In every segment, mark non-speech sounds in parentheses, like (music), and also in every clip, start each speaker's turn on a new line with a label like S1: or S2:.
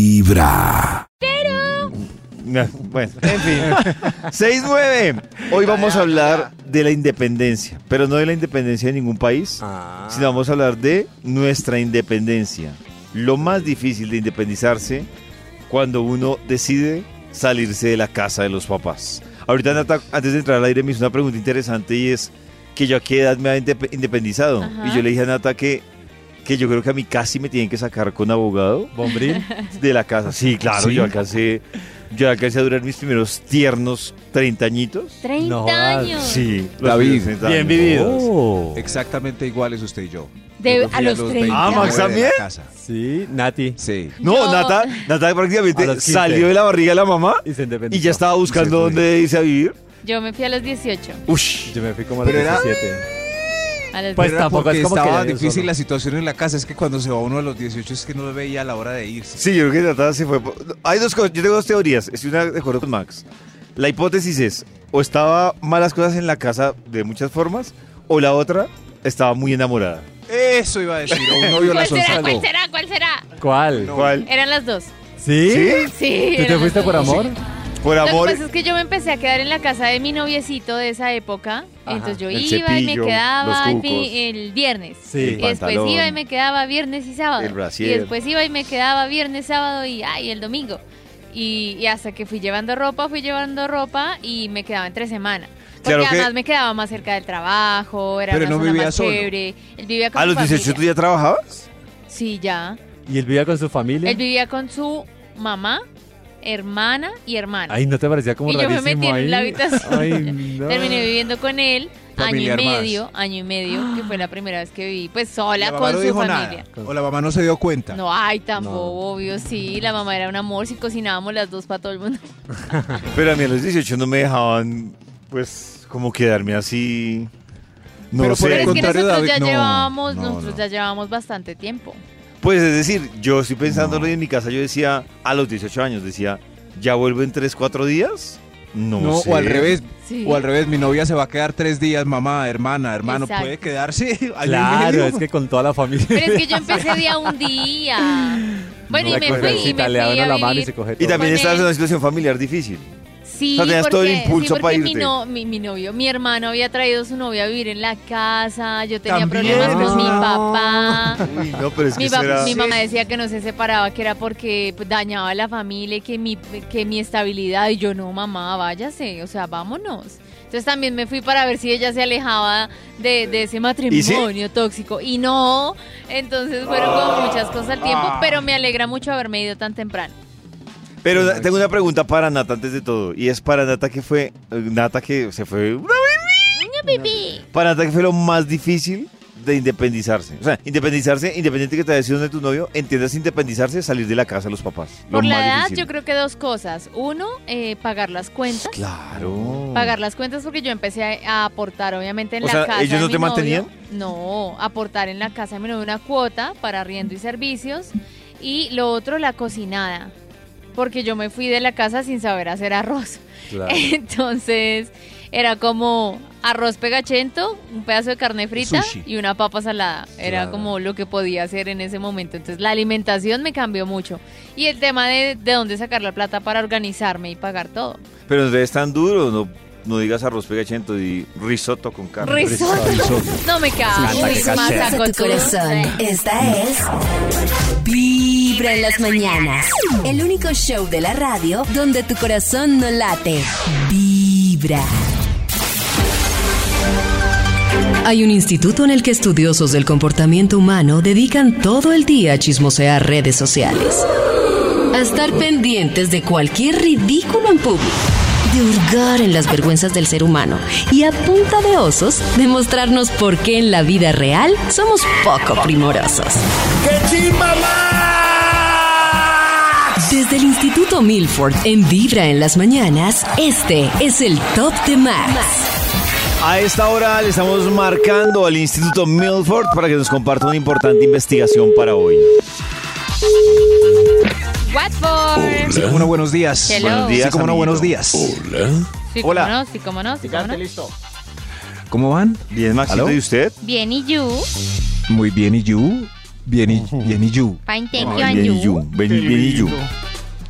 S1: Vibra.
S2: Bueno, en fin. 6-9. Hoy vamos a hablar de la independencia, pero no de la independencia de ningún país,
S1: Ah.
S2: sino vamos a hablar de nuestra independencia. Lo más difícil de independizarse cuando uno decide salirse de la casa de los papás. Ahorita, Nata, antes de entrar al aire, me hizo una pregunta interesante y es que yo a qué edad me había indep- independizado.
S3: Ajá.
S2: Y yo le dije a Nata que, que yo creo que a mí casi me tienen que sacar con abogado
S4: Bombril.
S2: (laughs) de la casa. Sí, claro,
S4: ¿Sí?
S2: yo alcancé. Yo alcancé a durar mis primeros tiernos 30 añitos.
S3: 30
S4: No,
S3: años.
S2: Sí, los
S1: David,
S2: primeros 30
S4: Bien
S2: años.
S4: vividos.
S1: Exactamente iguales usted y yo.
S3: De-
S1: Yo
S3: a los 30.
S2: Ah, Max,
S1: de la
S2: ¿también?
S1: casa.
S4: Sí, Nati.
S1: Sí.
S2: No,
S3: Yo-
S2: Nata, Nata
S4: A
S2: prácticamente
S4: los 15.
S2: salió de la barriga de la mamá
S4: Y se independizó.
S2: y ya estaba buscando
S1: Sí,
S2: dónde irse a vivir.
S3: Yo me fui a los 18.
S2: Ush.
S4: Yo me fui como a los
S1: Pero era-
S4: 17.
S3: A los
S4: Pues
S1: Pero era
S4: tampoco
S1: porque
S4: es como que
S1: estaba
S4: haya ido
S1: difícil
S4: solo.
S1: la situación en la casa. Es que cuando se va uno a los 18 es que no lo veía a la hora de irse.
S2: Sí, yo creo que Nata se fue. por- Hay dos cosas, yo tengo dos teorías. Estoy una de acuerdo con Max. La hipótesis es, o estaba malas cosas en la casa de muchas formas, o la otra, estaba muy enamorada.
S1: Eso iba a decir. O
S3: (laughs)
S1: un novio la
S3: ¿Cuál será?
S1: sonsaló.
S3: ¿Cuál será? ¿Cuál será?
S4: ¿Cuál?
S1: No.
S2: ¿Cuál?
S3: Eran las dos.
S4: ¿Sí?
S2: ¿Sí?
S3: Sí.
S4: ¿Tú
S3: eran
S4: te
S3: las
S4: fuiste
S3: dos.
S4: por amor?
S2: Por
S3: Lo
S2: amor.
S3: que pasa es que yo me empecé a quedar en la casa de mi noviecito de esa época.
S4: Ajá.
S3: Entonces yo
S2: El
S3: iba y
S2: cepillo,
S3: me quedaba
S2: los
S3: el, fin-
S2: cucos.
S3: el viernes.
S4: Sí.
S3: Y después
S2: Pantalón.
S3: iba y me quedaba viernes y sábado.
S2: El
S3: y
S2: brasier.
S3: después iba y me quedaba viernes, sábado y ay, el domingo. Y, y hasta que fui llevando ropa, fui llevando ropa y me quedaba entre semana. Porque
S2: Claro que-
S3: además me quedaba más cerca del trabajo, era
S1: Pero
S3: una
S1: no
S3: zona
S1: vivía
S3: más
S1: solo.
S3: chévere. Él vivía con
S2: ¿A
S3: su
S2: los 18 tú
S3: familia.
S2: ya trabajabas?
S3: Sí, ya.
S4: ¿Y él vivía con su familia?
S3: Él vivía con su mamá, hermana y hermano.
S4: Ay, ¿no te parecía como
S3: Y yo me
S4: rarísimo
S3: metí en
S4: ahí?
S3: la habitación. (laughs)
S4: Ay, no.
S3: Terminé viviendo con él
S1: Familiar
S3: año y
S1: más.
S3: medio, año y medio, que fue la primera vez que viví, pues sola
S1: La mamá
S3: con
S1: no
S3: su
S1: dijo
S3: familia.
S1: nada. O la mamá no se dio cuenta.
S3: No, ay, tampoco,
S4: No.
S3: obvio, sí, la mamá era un amor, si cocinábamos las dos para todo el mundo.
S2: Pero a mí a los 18 no me dejaban, pues, como quedarme así. No
S1: Pero por
S2: sé.
S1: el
S3: Pero es que
S1: contrario,
S3: nosotros ya
S1: David, no,
S3: llevábamos,
S1: no,
S3: nosotros
S1: no.
S3: ya llevábamos bastante tiempo.
S2: Pues es decir, yo estoy pensándolo
S1: No.
S2: y en mi casa yo decía, a los 18 años, decía, ¿ya vuelvo en 3, 4 días? No,
S1: No,
S2: sé.
S1: o al revés.
S3: Sí.
S1: O al revés, mi novia se va a quedar tres días, mamá, hermana, hermano,
S3: Exacto.
S1: ¿puede quedarse? (laughs) año y
S4: Claro,
S1: medio?
S4: es que con toda la familia.
S3: Pero es que yo empecé de a un día.
S4: (laughs)
S3: Bueno,
S2: No,
S3: y
S2: la
S3: me fui, y me
S4: Cogercita, le da
S3: fui
S4: uno
S3: a
S4: la mano y
S3: vivir
S4: se coge
S2: Y
S4: todo.
S2: también
S3: Con
S2: estabas
S3: él.
S2: en una situación familiar difícil.
S3: Sí,
S2: O sea, tenías
S3: porque,
S2: todo el impulso
S3: sí, porque
S2: pa'
S3: Mi,
S2: irte.
S3: no- mi, mi novio, mi hermano había traído a su novia a vivir en la casa, yo tenía
S1: También.
S3: problemas con mi
S4: No.
S3: papá.
S2: Uy, no, pero es que
S3: Mi,
S2: Ah, eso
S3: pap-
S2: era...
S3: mi mamá decía que no se separaba, que era porque pues, dañaba a la familia, y que mi, que mi estabilidad. Y yo, no, mamá, váyase, o sea, vámonos. Entonces también me fui para ver si ella se alejaba de, de ese matrimonio tóxico. Y no, entonces fueron
S2: Ah.
S3: como muchas cosas al tiempo, pero me alegra mucho haberme ido tan temprano.
S2: Pero na- tengo una pregunta para Nata antes de todo. Y es para Nata que fue... eh, Nata que se fue... ¡Una Para Nata que fue lo más difícil de independizarse. O sea, independizarse, independiente que te haya sido de tu novio, entiendas independizarse, salir de la casa de los papás. Lo
S3: Por la
S2: más
S3: edad,
S2: difícil.
S3: yo creo que dos cosas. Uno, eh, pagar las cuentas.
S2: Claro.
S3: Pagar las cuentas porque yo empecé a, a aportar, obviamente, en
S2: Mm. O
S3: la
S2: sea,
S3: casa.
S2: ¿ellos
S3: de
S2: no
S3: mi
S2: te
S3: novio.
S2: mantenían?
S3: No, aportar en la casa de mi novio una cuota para arriendo y servicios. Y lo otro, la cocinada. Porque yo me fui de la casa sin saber hacer arroz. (laughs)
S4: Claro.
S3: Entonces, era como arroz pegachento, un pedazo de carne frita
S1: Sushi.
S3: y una papa salada. Era
S4: Claro.
S3: como lo que podía hacer en ese momento. Entonces, la alimentación me cambió mucho. Y el tema de, de dónde sacar la plata para organizarme y pagar todo.
S2: Pero no es tan duro, no, no digas arroz pegachento y risotto con carne.
S3: Risotto. No me cago.
S5: Uy,
S3: Uy, masa
S5: a
S3: con
S5: tu corazón. Esta es Vibra en las mañanas. El único show de la radio donde tu corazón no late. Vibra. Hay un instituto en el que estudiosos del comportamiento humano dedican todo el día a chismosear redes sociales. A estar pendientes de cualquier ridículo en público. De hurgar en las vergüenzas del ser humano. Y a punta de osos, demostrarnos por qué en la vida real somos poco primorosos. Desde el Instituto Milford, en Vibra en las mañanas, este es el Top de Max.
S2: A esta hora le estamos marcando al Instituto Milford para que nos comparta una importante investigación para hoy.
S3: What for?
S1: Sí, como no, buenos días.
S3: Hello. Buenos
S2: días,
S1: Sí, como no,
S2: amiguito.
S1: buenos días.
S3: Sí,
S1: Hola.
S3: cómo no, sí, cómo no, sí, cómo no.
S1: ¿Cómo van?
S2: Bien, Maxito,
S1: ¿Aló?
S2: ¿y usted?
S3: Bien, ¿y you?
S2: (laughs)
S1: Muy bien, ¿y you? Bien, ¿y, bien, ¿y you?
S3: Fine, thank you,
S2: Bien,
S3: and you.
S2: you. Ven, bien, y you.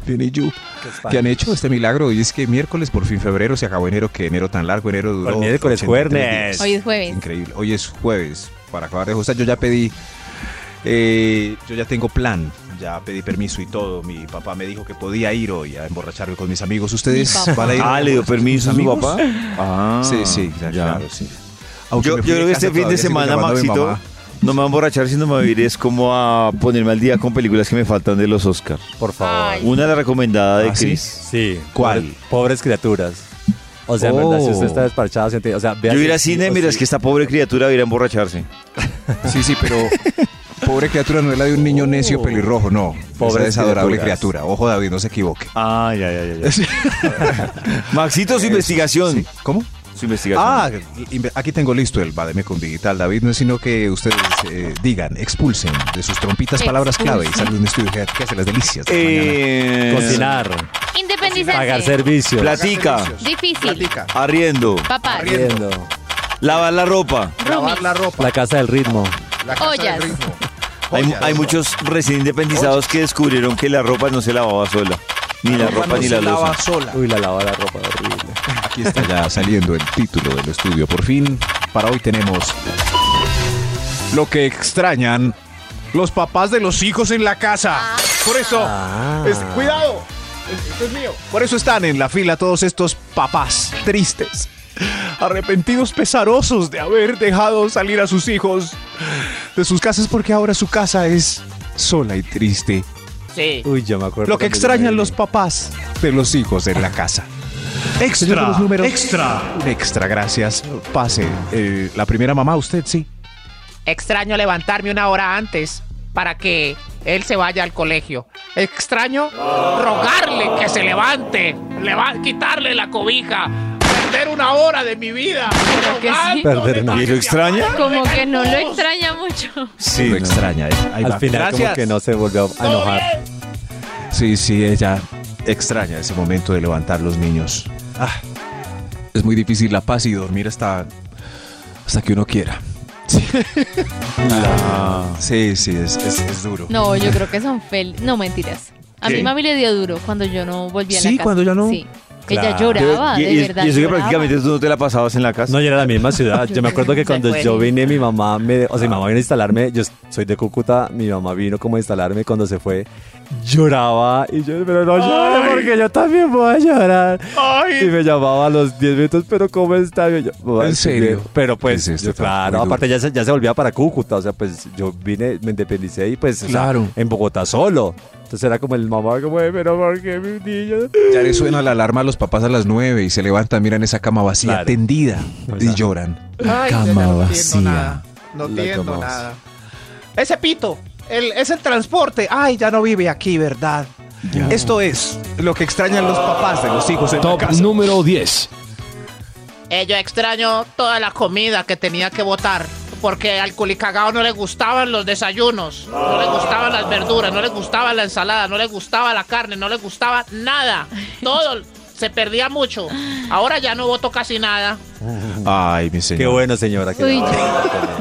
S1: Bien y you. Que han hecho este milagro. Y es que miércoles, por fin febrero, se acabó enero, que enero tan largo, enero duró.
S4: Con miércoles,
S1: 83
S4: jueves.
S1: días.
S3: Hoy es jueves.
S1: Increíble. Hoy es jueves. Para acabar de ajustar, yo ya pedí. eh, yo ya tengo plan. Ya pedí permiso y todo. Mi papá me dijo que podía ir hoy a emborracharme con mis amigos. ¿Ustedes
S3: Mi papá.
S1: van a ir?
S2: Ah, le dio permiso a su
S1: ¿Amigos?
S2: papá. Ah,
S1: Sí, sí, ya,
S2: ya.
S1: claro, sí. Aunque
S2: Yo,
S1: me
S2: yo
S1: fui
S2: creo que este
S1: casa,
S2: fin de
S1: todavía sigo
S2: semana,
S1: llamando a mi
S2: Maxito,
S1: mamá.
S2: no me va a emborrachar, sino me va a vivir es como a ponerme al día con películas que me faltan de los Oscars.
S4: Por favor.
S3: Ay.
S2: Una la recomendada de
S1: Ah, ¿sí?
S2: Chris.
S4: Sí.
S1: ¿Cuál?
S4: Pobres criaturas. O sea, en
S1: Oh.
S4: verdad, si usted está desparchado, siente- o sea, vea
S2: Yo
S4: si
S2: ir al
S4: sí
S2: cine,
S4: o
S2: mira,
S4: sí.
S2: es que esta pobre criatura va a ir a emborracharse.
S1: Sí, sí, pero pobre criatura no es la de un niño
S2: Oh,
S1: necio pelirrojo, no. Pobre
S4: Pobres
S1: desadorable
S4: criaturas.
S1: criatura. Ojo, David, no se equivoque.
S2: Ah, ya, ya, ya. (laughs)
S1: (laughs)
S2: Maxito, su investigación.
S1: Sí. ¿Cómo?
S2: Su investigación.
S1: Ah, inve- aquí tengo listo el Bademecum Digital, David. No es sino que ustedes eh, digan, expulsen de sus trompitas palabras clave y
S3: Expulsen.
S1: salgan de un estudio que que hace las delicias. de la mañana.
S2: Eh,
S4: Cocinar, pagar
S3: Independizarse.
S4: servicios,
S2: Platica,
S3: Difícil.
S2: arriendo,
S3: Papás.
S4: arriendo,
S2: lavar la ropa.
S3: Roomies.
S4: la casa del ritmo.
S3: Ollas.
S2: Hay, hay muchos recién independizados que descubrieron que la ropa no se lavaba sola. Ni la ropa ni la loza.
S1: sola.
S4: Uy, la lava la ropa horrible.
S1: Aquí está ya saliendo el título del estudio. Por fin, para hoy tenemos lo que extrañan los papás de los hijos en la casa. Por eso, es- cuidado, es- esto es mío. Por eso están en la fila todos estos papás tristes, arrepentidos, pesarosos de haber dejado salir a sus hijos de sus casas porque ahora su casa es sola y triste.
S6: Sí.
S4: Uy, yo me acuerdo.
S1: Lo
S4: cuando
S1: que
S4: yo
S1: extrañan
S4: me-
S1: los papás de los hijos en la casa. Extra, extra. extra, gracias. Pase. Eh, la primera mamá, usted sí.
S6: Extraño levantarme una hora antes para que él se vaya al colegio. Extraño rogarle que se levante, leva- quitarle la cobija, perder una hora de mi vida.
S3: que sí.
S4: Perder una-
S2: ¿Y eso extraña?
S3: Como que no lo extraña mucho.
S2: Sí.
S1: Lo
S2: no.
S1: extraña. eh. Ahí va.
S4: Al final, como que no se volvió a enojar.
S1: Sí, sí, ella extraña ese momento de levantar los niños. Ah, es muy difícil la paz y dormir hasta, hasta que uno quiera.
S4: (laughs)
S1: Sí, Ah, sí, sí, es, es- es duro.
S3: No, yo creo que son fel... No, mentiras. A
S1: ¿Qué?
S3: mi mami le dio duro cuando yo no volví a la
S1: Sí,
S3: casa.
S1: cuando ya no.
S3: Sí. Ella
S4: Claro.
S3: lloraba,
S2: Y,
S3: de
S2: y-
S3: verdad.
S2: y eso que
S3: lloraba.
S2: prácticamente tú no te la pasabas en la casa.
S4: (laughs) No, yo era de la misma ciudad. Yo me acuerdo que cuando
S3: fue.
S4: yo vine, mi mamá me. O sea, mi mamá vino a instalarme. Yo soy de Cúcuta. Mi mamá vino como a instalarme. Cuando se fue, lloraba. Y yo, pero no llore, porque yo también voy a llorar. Y me llamaba a los 10 minutos, pero ¿cómo está? Y yo, "Ay,
S1: ¿En
S4: sí,
S1: serio?
S4: bien". Pero pues,
S1: ¿Qué es esto
S4: yo,
S1: tan
S4: claro.
S1: muy duro?
S4: Aparte, ya se, ya se volvía para Cúcuta. O sea, pues yo vine, me independicé y pues. o sea,
S1: Claro.
S4: en Bogotá solo. Entonces era como el mamá, como, "Ay, pero ¿por qué mi niño?
S1: Ya le suena la alarma a los papás a las nueve y se levantan, miran esa cama vacía,
S4: Claro.
S1: tendida, y
S4: ¿Verdad?
S1: lloran.
S6: Ay,
S4: Cama
S6: yo no
S4: vacía.
S6: entiendo nada. No
S4: La
S6: entiendo
S4: cama
S6: nada. Ese pito, el, ese transporte. Ay, ya no vive aquí, ¿verdad?
S1: Esto es lo que extrañan los papás de los hijos en la casa.
S7: número 10.
S6: Eh, yo extraño toda la comida que tenía que botar. Porque al culicagao no le gustaban los desayunos, no le gustaban las verduras, no le gustaba la ensalada, no le gustaba la carne, no le gustaba nada. Todo se perdía mucho. Ahora ya no voto casi nada.
S1: Ay, mi
S4: Qué
S1: señor.
S4: bueno, señora. que (laughs)
S3: Uy,
S4: la-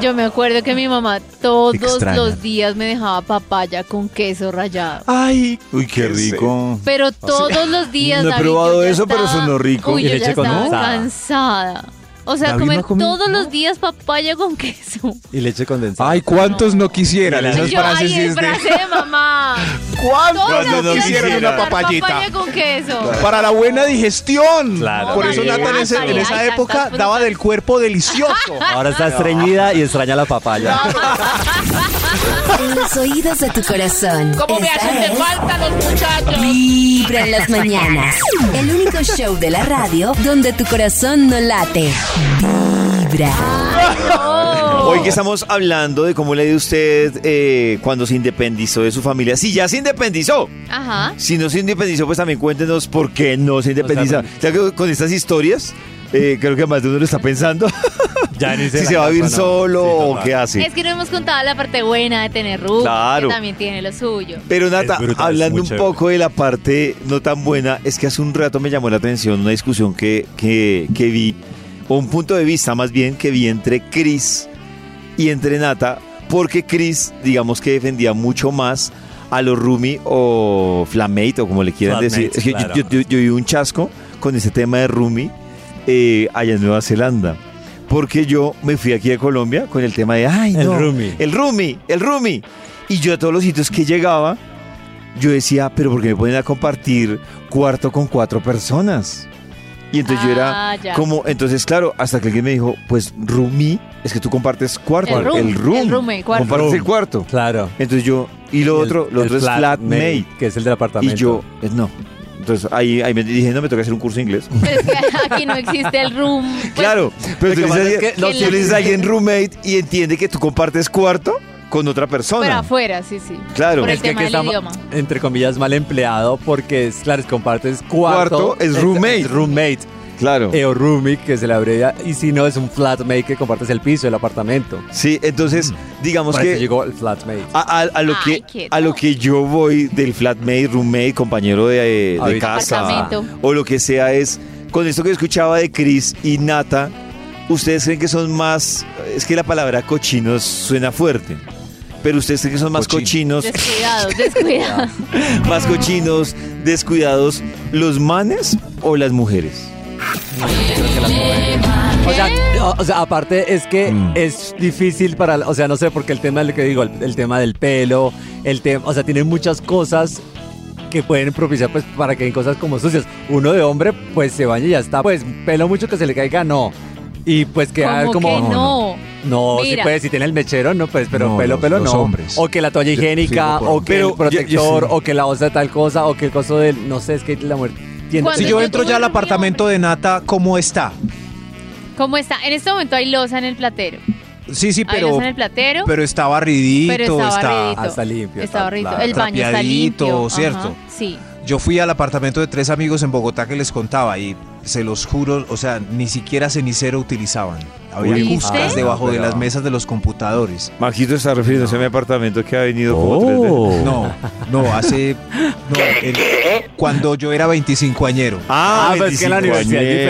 S3: yo, yo me acuerdo que mi mamá todos
S1: Extraña.
S3: los días me dejaba papaya con queso rallado.
S1: Ay,
S2: Uy, qué rico.
S3: Pero todos los días.
S2: No he
S3: David,
S2: probado
S3: yo ya
S2: eso, pero
S3: estaba-
S2: sonó rico.
S3: Uy,
S4: Y
S3: yo
S4: leche
S3: ya estaba
S4: condensada.
S3: cansada. O sea,
S1: David no ha
S3: comer
S1: comido-
S3: todos los días papaya con (laughs) queso.
S4: Y leche condensada.
S1: Ay, cuántos no quisieran
S4: Y
S1: esas
S3: yo,
S1: frases
S3: ay, el
S1: desde-
S3: frase de mamá.
S2: Cuando
S3: ¿Cuántos
S2: no quisieran una
S1: papayita?
S3: Papaya con queso.
S2: (laughs)
S1: para la buena digestión.
S4: Claro.
S1: Por eso
S4: Ay,
S1: Nata en, ese- en
S3: ay,
S1: esa
S3: ay,
S1: época
S3: tantas
S1: daba
S3: frutas.
S1: del cuerpo delicioso.
S4: Ahora está estreñida y extraña la papaya.
S5: En los oídos de tu corazón.
S6: ¿Cómo me
S5: esta
S6: hacen de
S5: es
S6: falta los muchachos?
S5: Vibra en las mañanas. El único show de la radio donde tu corazón no late. Vibra.
S2: Hoy que estamos hablando de cómo le dio usted eh, cuando se independizó de su familia. Si ya se independizó.
S3: Ajá.
S2: Si no se independizó, pues también cuéntenos por qué no se independiza.
S4: no.
S2: Ya que con estas historias, eh, creo que más de uno lo está pensando.
S4: Ya
S2: (laughs)
S4: ni
S2: si
S4: la
S2: se va a
S4: casa,
S2: vivir
S4: no.
S2: solo
S4: Sí,
S2: o
S4: total.
S2: qué hace.
S3: Es que no hemos contado la parte buena de tener Ruth,
S2: Claro.
S3: que también tiene lo suyo.
S2: Pero Nata,
S4: Es brutal, es
S2: hablando
S4: muy
S2: un
S4: chévere.
S2: poco de la parte no tan buena, es que hace un rato me llamó la atención una discusión que, que, que vi, o un punto de vista más bien que vi entre Chris y entre Nata, porque Chris, digamos que defendía mucho más a los Rumi o Flamate o como le quieran
S4: Flatmates,
S2: decir. Es que yo-
S4: claro.
S2: yo, yo- yo vi un chasco con ese tema de Rumi eh, allá en Nueva Zelanda. Porque yo me fui aquí de Colombia con el tema de, ay,
S4: El
S2: no,
S4: roomie.
S2: El Rumi, el Rumi. Y yo a todos los sitios que llegaba, yo decía, pero ¿por qué me ponen a compartir cuarto con cuatro personas? Y entonces yo
S3: Ah,
S2: era
S3: ya.
S2: como, entonces claro, hasta que alguien me dijo, pues Rumi, es que tú compartes cuarto,
S3: El room, el room, el cuarto.
S2: compartes el
S4: Room.
S2: cuarto.
S4: Claro.
S2: Entonces yo, y lo otro, lo otro es flatmate.
S4: que es el del
S2: Y
S4: apartamento.
S2: yo, eh, no. Entonces ahí, ahí me dije, no, me toca hacer un curso de inglés.
S3: Pero es que (laughs) aquí no existe el room. Pues,
S2: claro, pero tú le
S4: que
S2: dices,
S4: pasa
S2: a
S4: es
S2: alguien-
S4: que no
S2: tú le dices a alguien roommate y entiende que tú compartes cuarto con otra
S3: Pero
S2: persona.
S3: afuera, sí, sí.
S2: Claro.
S3: Por el
S2: Es
S3: tema
S4: aquí
S3: del
S4: ma-
S3: idioma.
S4: entre comillas, mal empleado porque, es, claro, es compartes cuarto.
S2: Cuarto es roommate.
S4: roommate.
S2: Claro.
S4: eh, o roomie, que se le abrevia. Y si no, es un flatmate que compartes el piso, el apartamento.
S2: Sí, entonces,
S4: mm.
S2: digamos
S4: Para eso
S2: Pues que
S4: llegó el flatmate.
S2: a, a- a lo
S3: Ay,
S2: que
S3: qué
S2: a lo
S3: no.
S2: que yo voy del flatmate, roommate, compañero de, eh, de
S4: Habit-
S2: casa
S3: Apartamento.
S2: o lo que sea es con esto que escuchaba de Chris y Nata, ustedes creen que son más es que la palabra cochinos suena fuerte, pero ustedes creen que son más
S4: Cochino.
S2: cochinos
S3: Descuidado,
S2: (laughs)
S3: descuidado.
S2: más cochinos, descuidados, los manes o las mujeres.
S4: O sea, o- o sea, aparte es que
S1: Mm.
S4: es difícil para, o sea, no sé, porque el tema del que digo, el, el tema del pelo, el tema, o sea, tienen muchas cosas que pueden propiciar pues para que hay cosas como sucias. Uno de hombre pues se baña y ya está, pues pelo mucho que se le caiga, no. Y pues quedar
S3: Como
S4: como
S3: que no.
S4: No, sí
S3: Mira.
S4: puede, si tiene el mechero, no, pues, pero
S1: No,
S4: pelo,
S1: los-
S4: pelo
S1: los
S4: no.
S1: hombres.
S4: O que la toalla
S1: Yo-
S4: higiénica,
S1: sí, no
S4: o que el
S2: puedo. Pero yo- yo
S4: protector,
S2: sí.
S4: o que la bolsa de tal cosa, o que el coso del, no sé, es que la mujer tiene...
S3: Cuando
S1: Si yo
S3: yo
S1: entro
S3: tuve
S1: ya al
S3: un pues.
S1: apartamento de Nata, ¿cómo está?
S3: ¿Cómo está? En este momento hay losa en el platero.
S1: Sí, sí,
S3: Hay
S1: pero,
S3: losa en el platero.
S1: pero está barridito,
S3: Pero está
S1: está...
S3: barridito.
S4: Ah, está limpio.
S3: está horrible.
S4: claro.
S3: El baño está
S1: Trapeadito,
S3: limpio.
S1: ¿cierto?
S3: Ajá, Sí.
S1: Yo fui al apartamento de tres amigos en Bogotá que les contaba y se los juro, o sea, ni siquiera cenicero utilizaban. Había
S3: ¿Viste?
S1: justas debajo de
S4: Pero-
S1: las mesas de los computadores.
S2: Maxito está refiriéndose a mi apartamento que ha venido
S1: Oh.
S2: como tres
S3: Oh.
S2: veces.
S1: No, no, hace. No, el- Cuando yo era 25 añero.
S4: Ah, pues es que en la
S2: 25
S4: universidad es
S2: añero.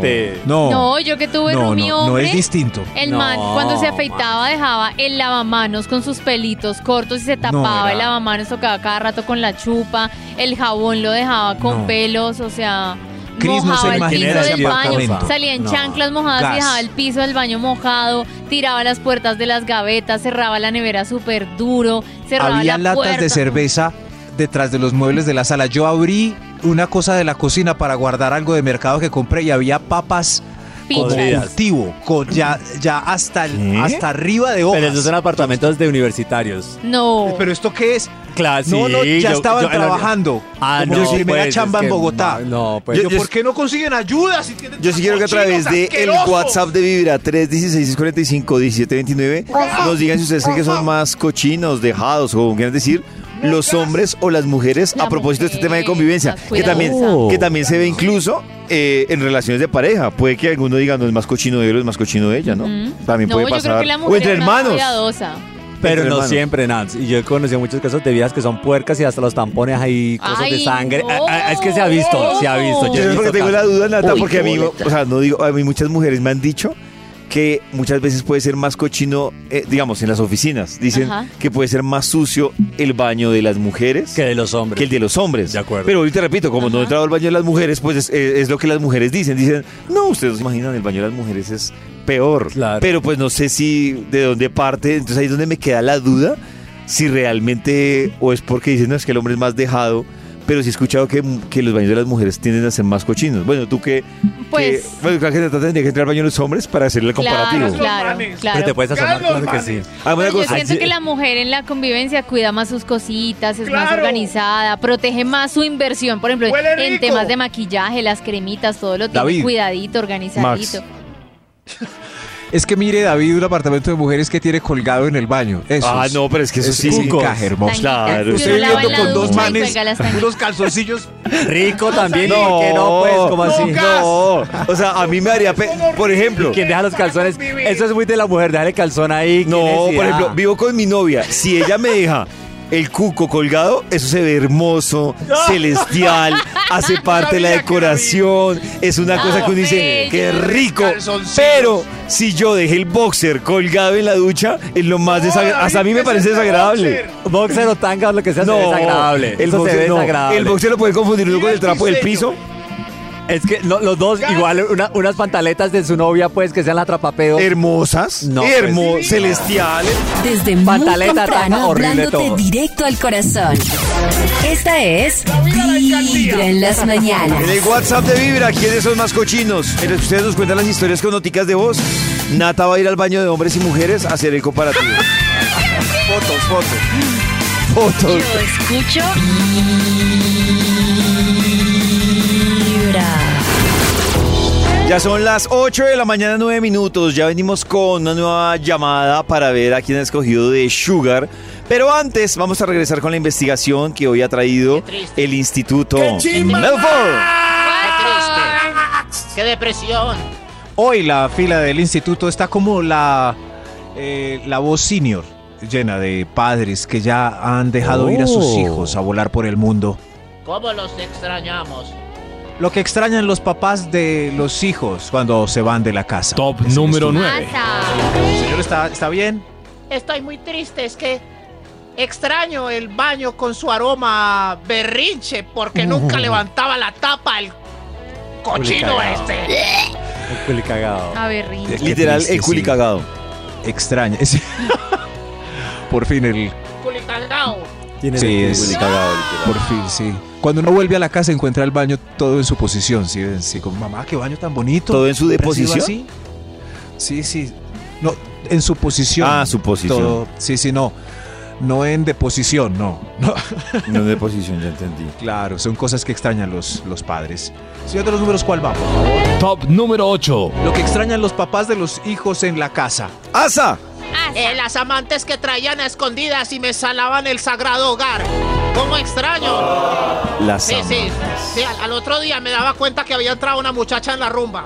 S4: diferente.
S1: No,
S3: No, yo que tuve
S1: no,
S3: roomie
S1: no, no
S3: hombre.
S1: es distinto.
S3: el
S4: No,
S3: man cuando se afeitaba dejaba el lavamanos con sus pelitos cortos y se tapaba
S1: era-
S3: el lavamanos, tocaba cada rato con la chupa, el jabón lo dejaba con
S1: No.
S3: pelos, o sea,
S1: Cris, no se
S3: mojaba el
S1: imagina
S3: piso
S1: ese
S3: del baño,
S1: apartamento.
S3: salía en
S4: No.
S3: chanclas mojadas
S1: Gas.
S3: y dejaba el piso del baño mojado, tiraba las puertas de las gavetas, cerraba la nevera súper duro, cerraba
S1: Había
S3: la
S1: latas
S3: puerta.
S1: de cerveza detrás de los muebles de la sala. Yo abrí una cosa de la cocina para guardar algo de mercado que compré y había papas como
S4: Podridas.
S1: cultivo, con ya, ya hasta, el-
S2: ¿Qué?
S1: hasta arriba de hojas.
S4: Pero esos son apartamentos de universitarios.
S3: No.
S1: ¿Pero esto qué es?
S4: Claro,
S1: no, no,
S4: sí,
S1: ya
S4: yo-
S1: estaban
S4: yo en la-
S1: trabajando.
S4: Ah,
S1: como
S4: no,
S1: su primera
S4: pues, es
S1: chamba
S4: que
S1: en Bogotá.
S4: no, no, pues.
S1: Yo-
S2: Yo-
S1: ¿Por qué no consiguen ayuda? si tienen
S2: Yo sí quiero que a
S1: cochinos
S2: través de el
S1: asquerosos?
S2: WhatsApp de Vibra 316-645-1729 nos digan si ustedes creen que son más cochinos, dejados o como quieran decir los hombres o las mujeres
S3: La
S2: a propósito de este tema de
S3: mujer,
S2: convivencia
S3: más
S2: que también, Oh,
S3: cuidadosa.
S2: que también se ve incluso eh, en relaciones de pareja puede que alguno diga no es más cochino de él o es más cochino de ella no
S3: Ujú.
S2: también
S3: No,
S2: puede
S3: yo creo
S2: pasar
S3: que la
S2: o
S3: mujer
S2: entre
S3: es más
S2: hermanos
S3: cuidadosa.
S4: Pero
S2: Entre
S4: no
S2: hermanos.
S4: siempre, Nats. Y yo he conocido muchos casos de viejas que son puercas y hasta los tampones ahí, cosas de
S3: Ay,
S4: sangre.
S3: no.
S4: Ah, ah, es que se ha visto, se ha visto.
S3: Yo
S4: he
S2: Yo es
S4: visto
S2: porque tengo la
S4: casos.
S2: duda, Nata, porque a mí, o sea, no digo, a mí muchas mujeres me han dicho que muchas veces puede ser más cochino, eh, digamos, en las oficinas. Dicen
S3: Ajá.
S2: que puede ser más sucio el baño de las mujeres
S4: Que de los hombres.
S2: que el de los hombres.
S4: De acuerdo.
S2: Pero ahorita repito, como no he
S3: Ajá.
S2: entrado al baño de las mujeres, pues es, eh, es lo que las mujeres dicen. Dicen, no, ustedes no se imaginan, el baño de las mujeres es peor.
S4: Claro.
S2: Pero pues no sé si de dónde parte, entonces ahí es donde me queda la duda si realmente, o es porque dicen, no, es que el hombre es más dejado. Pero sí he escuchado que, que los baños de las mujeres tienden a ser más cochinos. Bueno, tú que...
S3: Pues-
S2: que- bueno, claro que Nata tendría que entrar al baño de los hombres para hacer el comparativo. Ah,
S3: Claro, claro, claro.
S4: Pero te puedes asomar,
S1: Carlos
S4: claro que sí.
S2: Hagamos una
S3: Pero yo
S2: cosa.
S3: siento
S4: Ayer-
S3: que la mujer en la convivencia cuida más sus cositas, es más
S1: ¡Claro!
S3: organizada, protege más su inversión, por ejemplo,
S1: ¡Huele
S3: en
S1: rico!
S3: temas de maquillaje, las cremitas, todo lo tiene
S1: David.
S3: cuidadito, organizadito.
S2: Max.
S1: Es que mire, David, un apartamento de mujeres que tiene colgado en el baño. Eso
S2: Ah,
S1: es-
S2: no, pero es que eso
S1: es
S2: sí...
S1: un encaje, hermoso.
S2: Claro,
S3: Tanguitas,
S2: usted
S3: que uno lava
S2: viviendo
S3: en la
S2: con
S3: ducha
S2: dos
S3: y
S2: manes,
S3: cuelga las tanguitas.
S1: unos calzoncillos.
S4: Rico también.
S2: No,
S4: ¿por qué no, pues, como así.
S2: No, o sea, a mí me haría, pe- por ejemplo,
S4: Quien deja los calzones. Eso es Ah. muy de la mujer, dejar el calzón ahí. qué
S2: no,
S4: necesidad.
S2: por ejemplo, vivo con mi novia, si ella me deja el cuco colgado, eso se ve hermoso, celestial,
S6: (laughs)
S2: hace parte de la
S6: Sabía que era
S2: decoración, es una
S3: No,
S2: cosa que uno dice,
S3: bello.
S2: qué rico,
S6: Calzoncillos.
S2: pero si yo dejé el boxer colgado en la ducha, es lo más desagradable, hasta a mí me parece desagradable.
S4: Boxer o tanga o lo que sea, se ve desagradable.
S2: El
S4: Eso se
S2: boxer,
S4: ve
S2: no,
S4: desagradable.
S2: el boxer lo puede confundir uno
S6: Mira
S2: con el
S6: el
S2: trapo del piso.
S6: diseño.
S4: Es que lo- los dos, igual, una- unas pantaletas de su novia, pues, que sean la trapapeo.
S2: Hermosas,
S4: No, pues,
S2: hermosas,
S4: sí.
S2: celestiales.
S5: Desde muy
S4: Pantaleta, tanga,
S5: temprano,
S4: horrible
S5: hablándote
S4: todo.
S5: directo al corazón. Esta es Vibra en las mañanas.
S2: En el WhatsApp de Vibra, ¿quiénes son más cochinos? En el que Ustedes nos cuentan las historias con noticas de voz. Nata va a ir al baño de hombres y mujeres a hacer el comparativo. fotos, fotos.
S5: Yo
S2: Fotos.
S5: escucho Vibra.
S2: Ya son las 8 de la mañana, 9 minutos. Ya venimos con una nueva llamada para ver a quién ha escogido de Sugar. Pero antes, vamos a regresar con la investigación que hoy ha traído el Instituto Melbourne.
S6: Qué triste. Qué depresión.
S1: Hoy la fila del instituto está como la, eh, la voz senior, llena de padres que ya han dejado ir a sus
S4: Oh.
S1: hijos a volar por el mundo.
S6: ¿Cómo los extrañamos?
S1: Lo que extrañan los papás de los hijos cuando se van de la casa.
S7: Top
S1: Es el
S7: número
S1: estudio.
S7: 9.
S3: Pasa.
S1: Señor, ¿está, está bien?
S6: Estoy muy triste, es que extraño el baño con su aroma a berrinche porque nunca levantaba la tapa el cochino
S4: Publicado.
S6: este.
S4: El culi cagado.
S3: A ver, rindo.
S1: Qué
S2: Literal,
S1: triste,
S2: el culi
S1: sí.
S2: cagado.
S1: Extraña. (laughs) Sí. por fin el...
S6: Culicagao.
S4: Tiene
S1: Sí,
S4: el
S1: es-
S4: culi cagado,
S1: Por
S4: literal.
S1: fin, sí. Cuando uno vuelve a la casa encuentra el baño todo en su posición, sí, ven, sí, como mamá, qué baño tan bonito.
S2: ¿Todo en su
S1: ¿Siempre ha sido
S2: deposición?
S1: así? Sí, sí. No, en su posición.
S2: Ah, su posición.
S1: Todo- sí, sí, no. No en deposición, no. no.
S2: No de posición, ya entendí.
S1: Claro, son cosas que extrañan los, los padres. Señor de los números, ¿cuál va? por favor?
S7: Top número 8.
S1: Lo que extrañan los papás de los hijos en la casa.
S2: ¡Asa!
S3: Ah,
S6: Eh, las amantes que traían a escondidas y me salaban el sagrado hogar. ¿Cómo extraño?
S2: Las
S6: Sí, sí.
S2: amas.
S6: Sí, al, al otro día me daba cuenta que había entrado una muchacha en la rumba.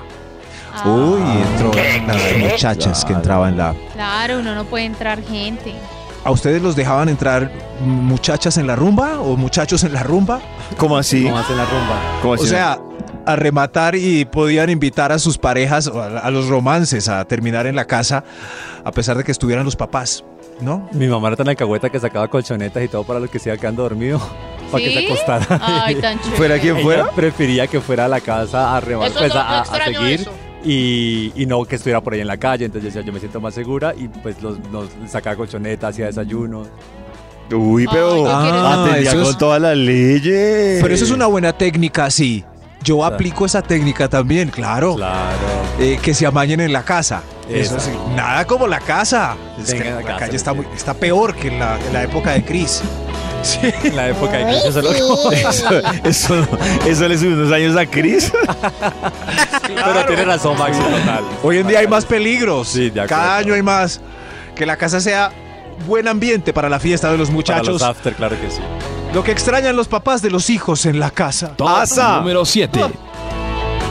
S2: Ah.
S1: Uy, entró las muchachas que entraban en la.
S3: Claro, uno no puede entrar
S2: (laughs)
S3: gente.
S1: ¿A ustedes los dejaban entrar muchachas en la rumba o muchachos en la rumba?
S2: ¿Cómo así?
S4: Como hacen la rumba.
S2: ¿Cómo
S1: O
S2: así?
S1: sea, a rematar y podían invitar a sus parejas, o a, a los romances, a terminar en la casa, a pesar de que estuvieran los papás, ¿no?
S4: Mi mamá era tan alcahueta que sacaba colchonetas y todo para los que se iban quedando dormidos. (laughs) Para que se
S3: ¿Sí?
S4: acostaran.
S3: Ay, tan chévere.
S2: ¿Fuera quién
S4: Ella
S2: fuera?
S4: prefería que fuera a la casa a remar,
S6: Eso
S4: pues,
S6: no- no
S4: a, a
S6: extraño
S4: seguir.
S6: eso.
S4: Y, y no que estuviera por ahí en la calle, entonces yo decía, yo me siento más segura y pues los, nos sacaba colchoneta, hacía desayunos.
S2: Uy,
S3: Ay,
S2: pero
S3: no quiero-
S1: Ah,
S2: atendía
S1: eso
S2: con
S1: es-
S2: todas las leyes.
S1: Pero eso es una buena técnica, sí. Yo aplico esa técnica también, claro.
S4: Claro.
S1: Eh, que se amañen en la casa. Eso
S4: Exacto.
S1: sí, Nada como la casa. Es
S4: Venga,
S1: que
S4: la
S1: la,
S4: casa,
S1: calle está,
S4: sí.
S1: muy- está peor que en la, en la época de Cris.
S4: En la época de Cristo se (laughs) lo
S2: Eso, eso, eso le subió unos años a Cris.
S1: (laughs)
S4: Pero tiene razón, Maxi, total.
S1: Hoy en día hay más peligros.
S4: Sí, de acuerdo.
S1: Cada año hay más. Que la casa sea buen ambiente para la fiesta de los
S4: Para
S1: muchachos.
S4: los after, claro que sí.
S1: Lo que extrañan los papás de los hijos en la casa.
S7: Top
S2: Asa.
S7: número 7.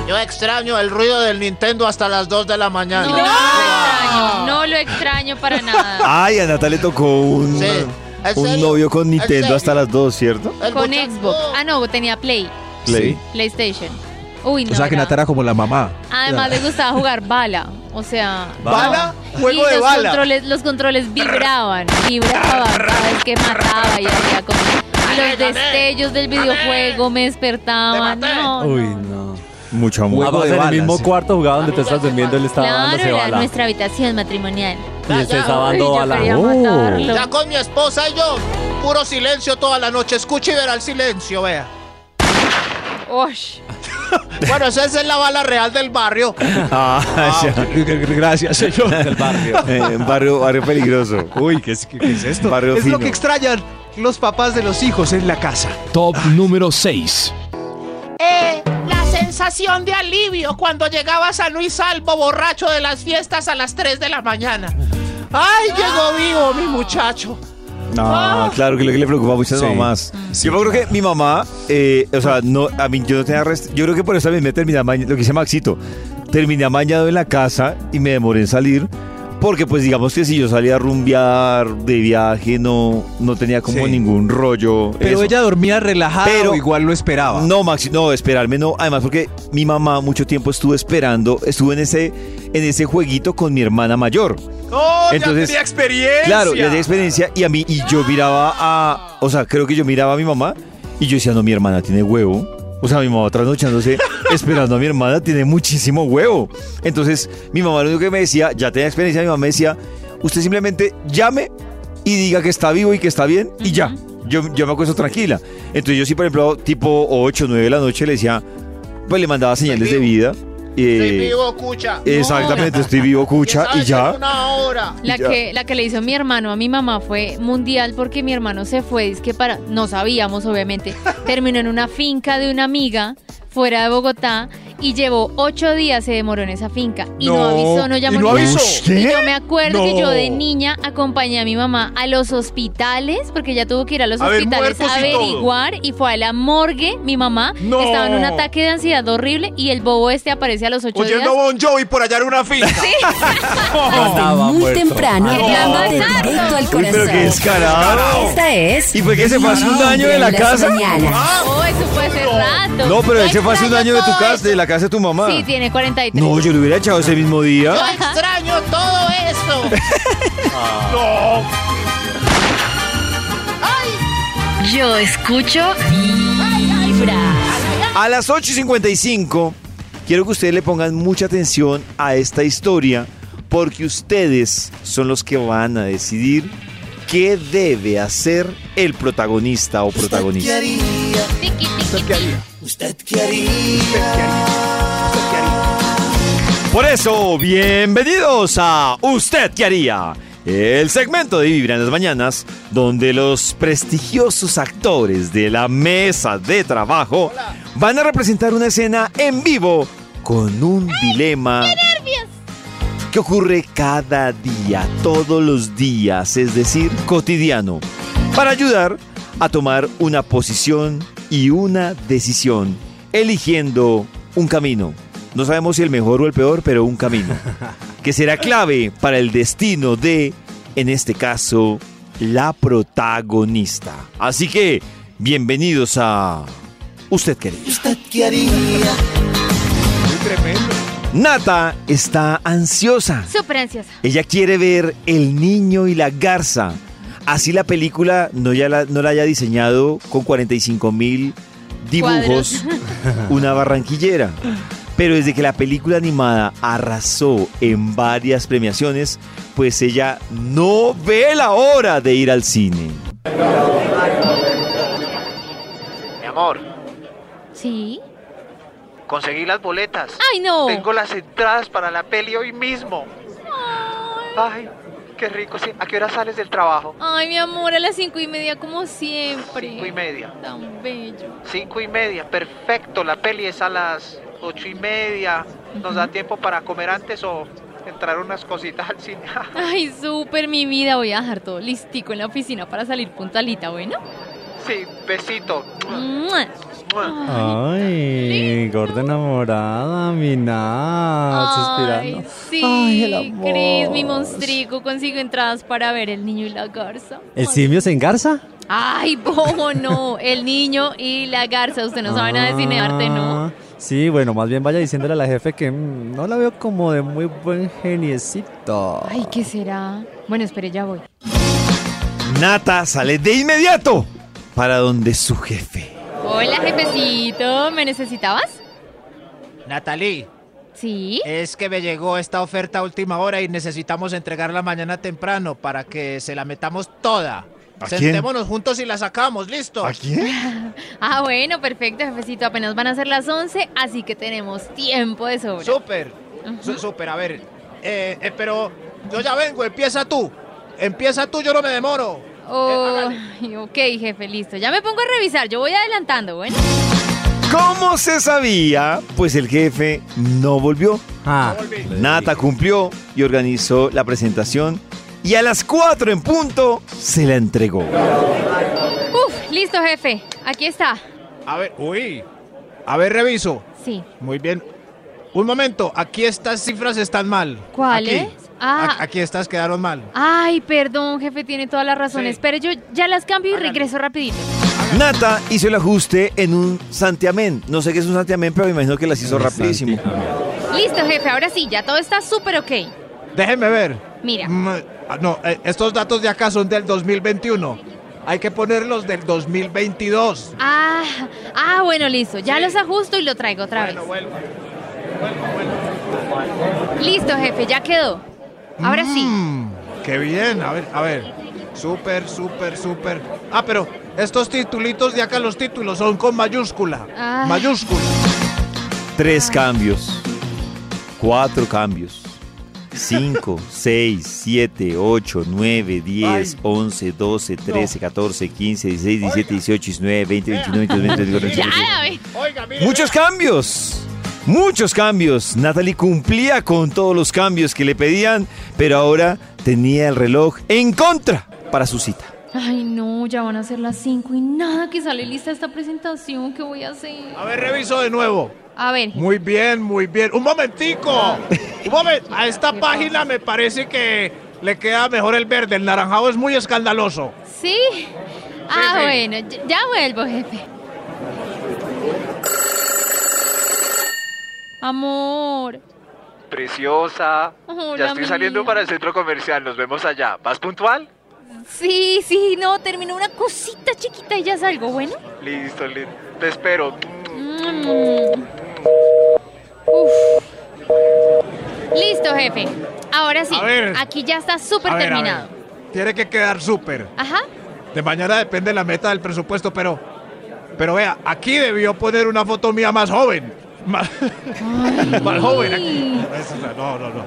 S6: Yo extraño el ruido del Nintendo hasta las 2 de la mañana.
S3: No, no lo extraño, no lo extraño para nada.
S2: Ay, a Nata le tocó un,
S6: Sí. ¿En
S2: un
S6: serio?
S2: novio con
S6: ¿En
S2: Nintendo
S6: serio?
S2: hasta las 2, ¿cierto?
S6: El
S3: Con
S6: muchacho-
S3: Xbox. Ah, no, tenía Play,
S2: Play.
S3: PlayStation. Uy, no.
S1: O sea, que
S3: era-
S1: Nata era como la mamá.
S3: Además le gustaba jugar bala, o sea,
S2: ¿Bala?
S3: no.
S2: Juego
S3: Y
S2: de
S3: los
S2: bala.
S3: Controles, los controles vibraban, vibraban, cada vez que mataba y hacía como y los destellos del videojuego me despertaban.
S6: Te maté.
S3: No, no.
S4: Uy, no.
S2: Mucho amor.
S4: Además,
S1: Juego de
S4: en el
S1: balas,
S4: mismo
S1: sí.
S4: cuarto jugaba donde tú estás durmiendo, él estaba
S3: Claro,
S4: dándose
S3: era
S4: bala.
S3: nuestra habitación matrimonial.
S4: Y estés
S6: Ay, yo
S4: dando bala.
S3: quería
S4: Oh.
S3: matarlo.
S6: Ya con mi esposa y yo, puro silencio toda la noche. Escucha y verá el silencio, vea.
S3: Ush.
S6: Bueno, esa es la bala real del barrio.
S2: Ah,
S4: (laughs)
S2: ya.
S1: Gracias, señor. Del
S2: (laughs)
S1: barrio.
S2: Eh, barrio, barrio peligroso.
S1: Uy, ¿qué es, qué es esto?
S2: Barrio
S1: es
S2: fino.
S1: lo que extrañan los papás de los hijos en la casa.
S7: Top número 6.
S6: Eh, la sensación de alivio cuando llegabas a Luis Salvo borracho de las fiestas a las 3 de la mañana. ¡Ay, llegó vivo mi muchacho!
S2: Ah, claro, que lo que le preocupa a muchas mamás. yo creo que mi mamá, eh, o sea, no, a mí yo no tenía rest- Yo creo que por eso también me terminé amañado, lo que dice Maxito, terminé amañado en la casa y me demoré en salir Porque pues digamos que si yo salía a rumbear de viaje no, no tenía como
S1: Sí.
S2: ningún rollo.
S1: Pero
S2: eso.
S1: ella dormía relajada
S2: Pero-
S1: o igual lo esperaba.
S2: No, Maxi, no, esperarme no. Además, porque mi mamá mucho tiempo estuvo esperando, estuvo en ese, en ese jueguito con mi hermana mayor.
S1: ¡No!
S2: Entonces,
S1: experiencia!
S2: Claro, ya tenía experiencia y a mí, y yo miraba a, o sea, creo que yo miraba a mi mamá y yo decía, no, mi hermana tiene huevo. O sea, mi mamá trasnochándose, esperando a mi hermana, tiene muchísimo huevo. Entonces, mi mamá lo único que me decía, ya tenía experiencia, mi mamá me decía, usted simplemente llame y diga que está vivo y que está bien y ya. Yo, yo me acuesto tranquila. Entonces, yo sí, por ejemplo, tipo 8, 9 de la noche le decía, pues le mandaba señales de
S6: Estoy
S2: vida.
S6: Estoy
S2: eh,
S6: vivo, cucha.
S2: Exactamente, estoy vivo, cucha, y
S6: ¿Quién sabe si
S2: ya.
S6: en Una hora.
S3: La
S2: Ya.
S3: que, la que le hizo mi hermano a mi mamá fue mundial porque mi hermano se fue, es que para, no sabíamos obviamente,
S1: (laughs)
S3: terminó en una finca de una amiga fuera de Bogotá y llevó ocho días, se demoró en esa finca y no,
S1: No,
S3: avisó, no
S1: ¿y
S3: llamó
S1: no
S3: ni-
S1: avisó?
S3: Y yo me acuerdo que yo de
S1: No.
S3: niña acompañé a mi mamá a los hospitales porque ella tuvo que ir a los
S1: A ver,
S3: hospitales a
S1: muertos y todo.
S3: averiguar y fue a la morgue, mi mamá
S1: No.
S3: estaba en un ataque de ansiedad horrible y el bobo este aparece a los ocho días.
S1: Bon Jovi por allá en una finca.
S5: Desde muy temprano, hablando de
S3: Exacto.
S5: directo al
S2: Uy, pero qué
S5: corazón.
S2: descarado.
S5: Esta es.
S2: ¿Y fue que se pasó un año de
S5: Vibra
S2: la
S5: en las
S2: casa?
S5: mañanas.
S3: Oh, eso fue hace rato.
S2: No, pero
S3: Yo
S2: él se fue hace un
S3: extraño
S2: año de tu
S3: todo
S2: casa, de
S3: eso.
S2: la casa de tu mamá.
S3: Sí, tiene 43.
S2: Ah. No, yo lo hubiera echado ese mismo
S6: Yo
S2: día.
S6: extraño todo esto.
S5: Yo escucho Vibra.
S2: A las 8.55, quiero que ustedes le pongan mucha atención a esta historia, porque ustedes son los que van a decidir qué debe hacer el protagonista o protagonista.
S3: Tiki, tiki, tiki.
S2: Por eso, bienvenidos a Usted qué haría, el segmento de Vibra en las mañanas, donde los prestigiosos actores de la mesa de trabajo van a representar una escena en vivo con un dilema que ocurre cada día, todos los días, es decir, cotidiano, para ayudar a tomar una posición y una decisión, eligiendo un camino. No sabemos si el mejor o el peor, pero un camino, que será clave para el destino de, en este caso, la protagonista. Así que, bienvenidos a... Usted querido. Nata está ansiosa.
S3: Súper ansiosa.
S2: Ella quiere ver El Niño y la Garza. Así la película no, ya la, no la haya diseñado con 45 mil dibujos (laughs) una barranquillera. Pero desde que la película animada arrasó en varias premiaciones, pues ella no ve la hora de ir al cine.
S8: Mi amor,
S3: Sí.
S8: conseguí las boletas.
S3: Ay, no.
S8: Tengo las entradas para la peli hoy mismo. Ay, qué rico. sí. ¿A qué hora sales del trabajo?
S3: Ay, mi amor, a las cinco y media como siempre.
S8: Cinco y media.
S3: Tan bello.
S8: Cinco y media, perfecto. La peli es a las ocho y media. Nos da tiempo para comer antes o entrar unas cositas al cine. (laughs)
S3: Ay, súper mi vida. Voy a dejar todo listico en la oficina para salir puntalita, ¿bueno?
S8: sí, besito.
S3: Mua.
S4: Ah, Ay, gorda enamorada, mi nada,
S3: Ay,
S4: suspirando.
S3: sí,
S4: Ay, el amor.
S3: Cris, mi monstrico, consigo entradas para ver El Niño y la Garza.
S4: ¿El simio se engarza?
S3: Ay, bobo, no. El Niño y la Garza. Usted no sabe nada de cine arte, ¿no?
S4: Ah, Sí, bueno, más bien vaya diciéndole a la jefe que mm, no la veo como de muy buen geniecito.
S3: Ay, ¿qué será? Bueno, espere, ya voy.
S2: Nata sale de inmediato para donde su jefe.
S3: Hola, jefecito. ¿Me necesitabas?
S6: Natalie,
S3: Sí.
S6: es que me llegó esta oferta a última hora y necesitamos entregarla mañana temprano para que se la metamos toda.
S2: ¿A quién?
S6: Sentémonos juntos y la sacamos, ¿listo?
S2: quién?
S3: Ah, bueno, perfecto, jefecito. Apenas van a ser las 11, así que tenemos tiempo de sobra.
S6: Súper, su- súper, a ver. eh, eh, pero yo ya vengo, empieza tú. Empieza tú, yo no me demoro. Eh,
S3: Oh, ok, jefe, listo. Ya me pongo a revisar. Yo voy adelantando, bueno.
S2: ¿Cómo se sabía? Pues el jefe no volvió.
S4: Ah,
S2: Nata cumplió y organizó la presentación y a las 4 en punto se la entregó.
S3: Uf, listo, jefe. Aquí está.
S6: A ver, uy. A ver, reviso.
S3: Sí.
S6: Muy bien. Un momento, aquí estas cifras están mal.
S3: ¿Cuáles?
S6: Aquí.
S3: Ah.
S1: A- Aquí estas quedaron mal.
S3: Ay, perdón, jefe, tiene todas las razones.
S1: Sí.
S3: Pero yo ya las cambio y regreso rapidito.
S2: Nata hizo el ajuste en un santiamén. No sé qué es un santiamén, pero me imagino que las hizo rapidísimo.
S4: Ah,
S3: Listo, jefe, ahora sí, ya todo está súper ok.
S1: Déjenme ver.
S3: Mira.
S1: Mm, ah, No, eh, estos datos de acá son del 2021. Hay que ponerlos del 2022.
S3: Ah, ah, bueno, listo. Ya los ajusto y lo traigo otra vez. Listo, jefe, ya quedó. Ahora sí.
S1: Mm, qué bien, a ver, a ver. Súper, súper, súper. Ah, pero estos titulitos de acá, los títulos son con mayúscula.
S3: Ah.
S1: Mayúscula.
S2: Tres cambios. Cuatro cambios. Cinco, seis, siete, ocho, nueve, diez, once, doce, trece, catorce, quince, dieciséis, diecisiete, dieciocho, diecinueve, veinte, veintiuno, veintidós, veintitrés, veinticuatro,
S3: Ya,
S2: veinticinco,
S3: la ve.
S2: Muchos cambios. Muchos cambios. Natalie cumplía con todos los cambios que le pedían, pero ahora tenía el reloj en contra para su cita.
S3: Ay, no, ya van a ser las 5 y nada que sale lista esta presentación. ¿Qué voy a hacer?
S1: A ver, reviso de nuevo.
S3: A ver, jefe.
S1: Muy bien, muy bien. Un momentico. Un momento. A esta página me parece que le queda mejor el verde. El naranjado es muy escandaloso.
S3: ¿sí? Ah, bueno, ya ya vuelvo, jefe. Amor.
S8: Preciosa.
S3: Hola,
S8: ya estoy
S3: mi
S8: saliendo
S3: vida.
S8: para el centro comercial. Nos vemos allá. ¿Vas puntual?
S3: Sí, sí, no, terminó una cosita chiquita y ya salgo, ¿bueno?
S8: Listo, listo. Te espero.
S3: Mm. Uf. Listo, jefe. Ahora sí,
S1: A ver.
S3: aquí ya está súper
S1: A ver, a ver.
S3: terminado.
S1: Tiene que quedar súper.
S3: Ajá.
S1: De mañana depende la meta del presupuesto, pero. Pero vea, aquí debió poner una foto mía más joven. (laughs) Más, (laughs) más joven. aquí. No, no, no.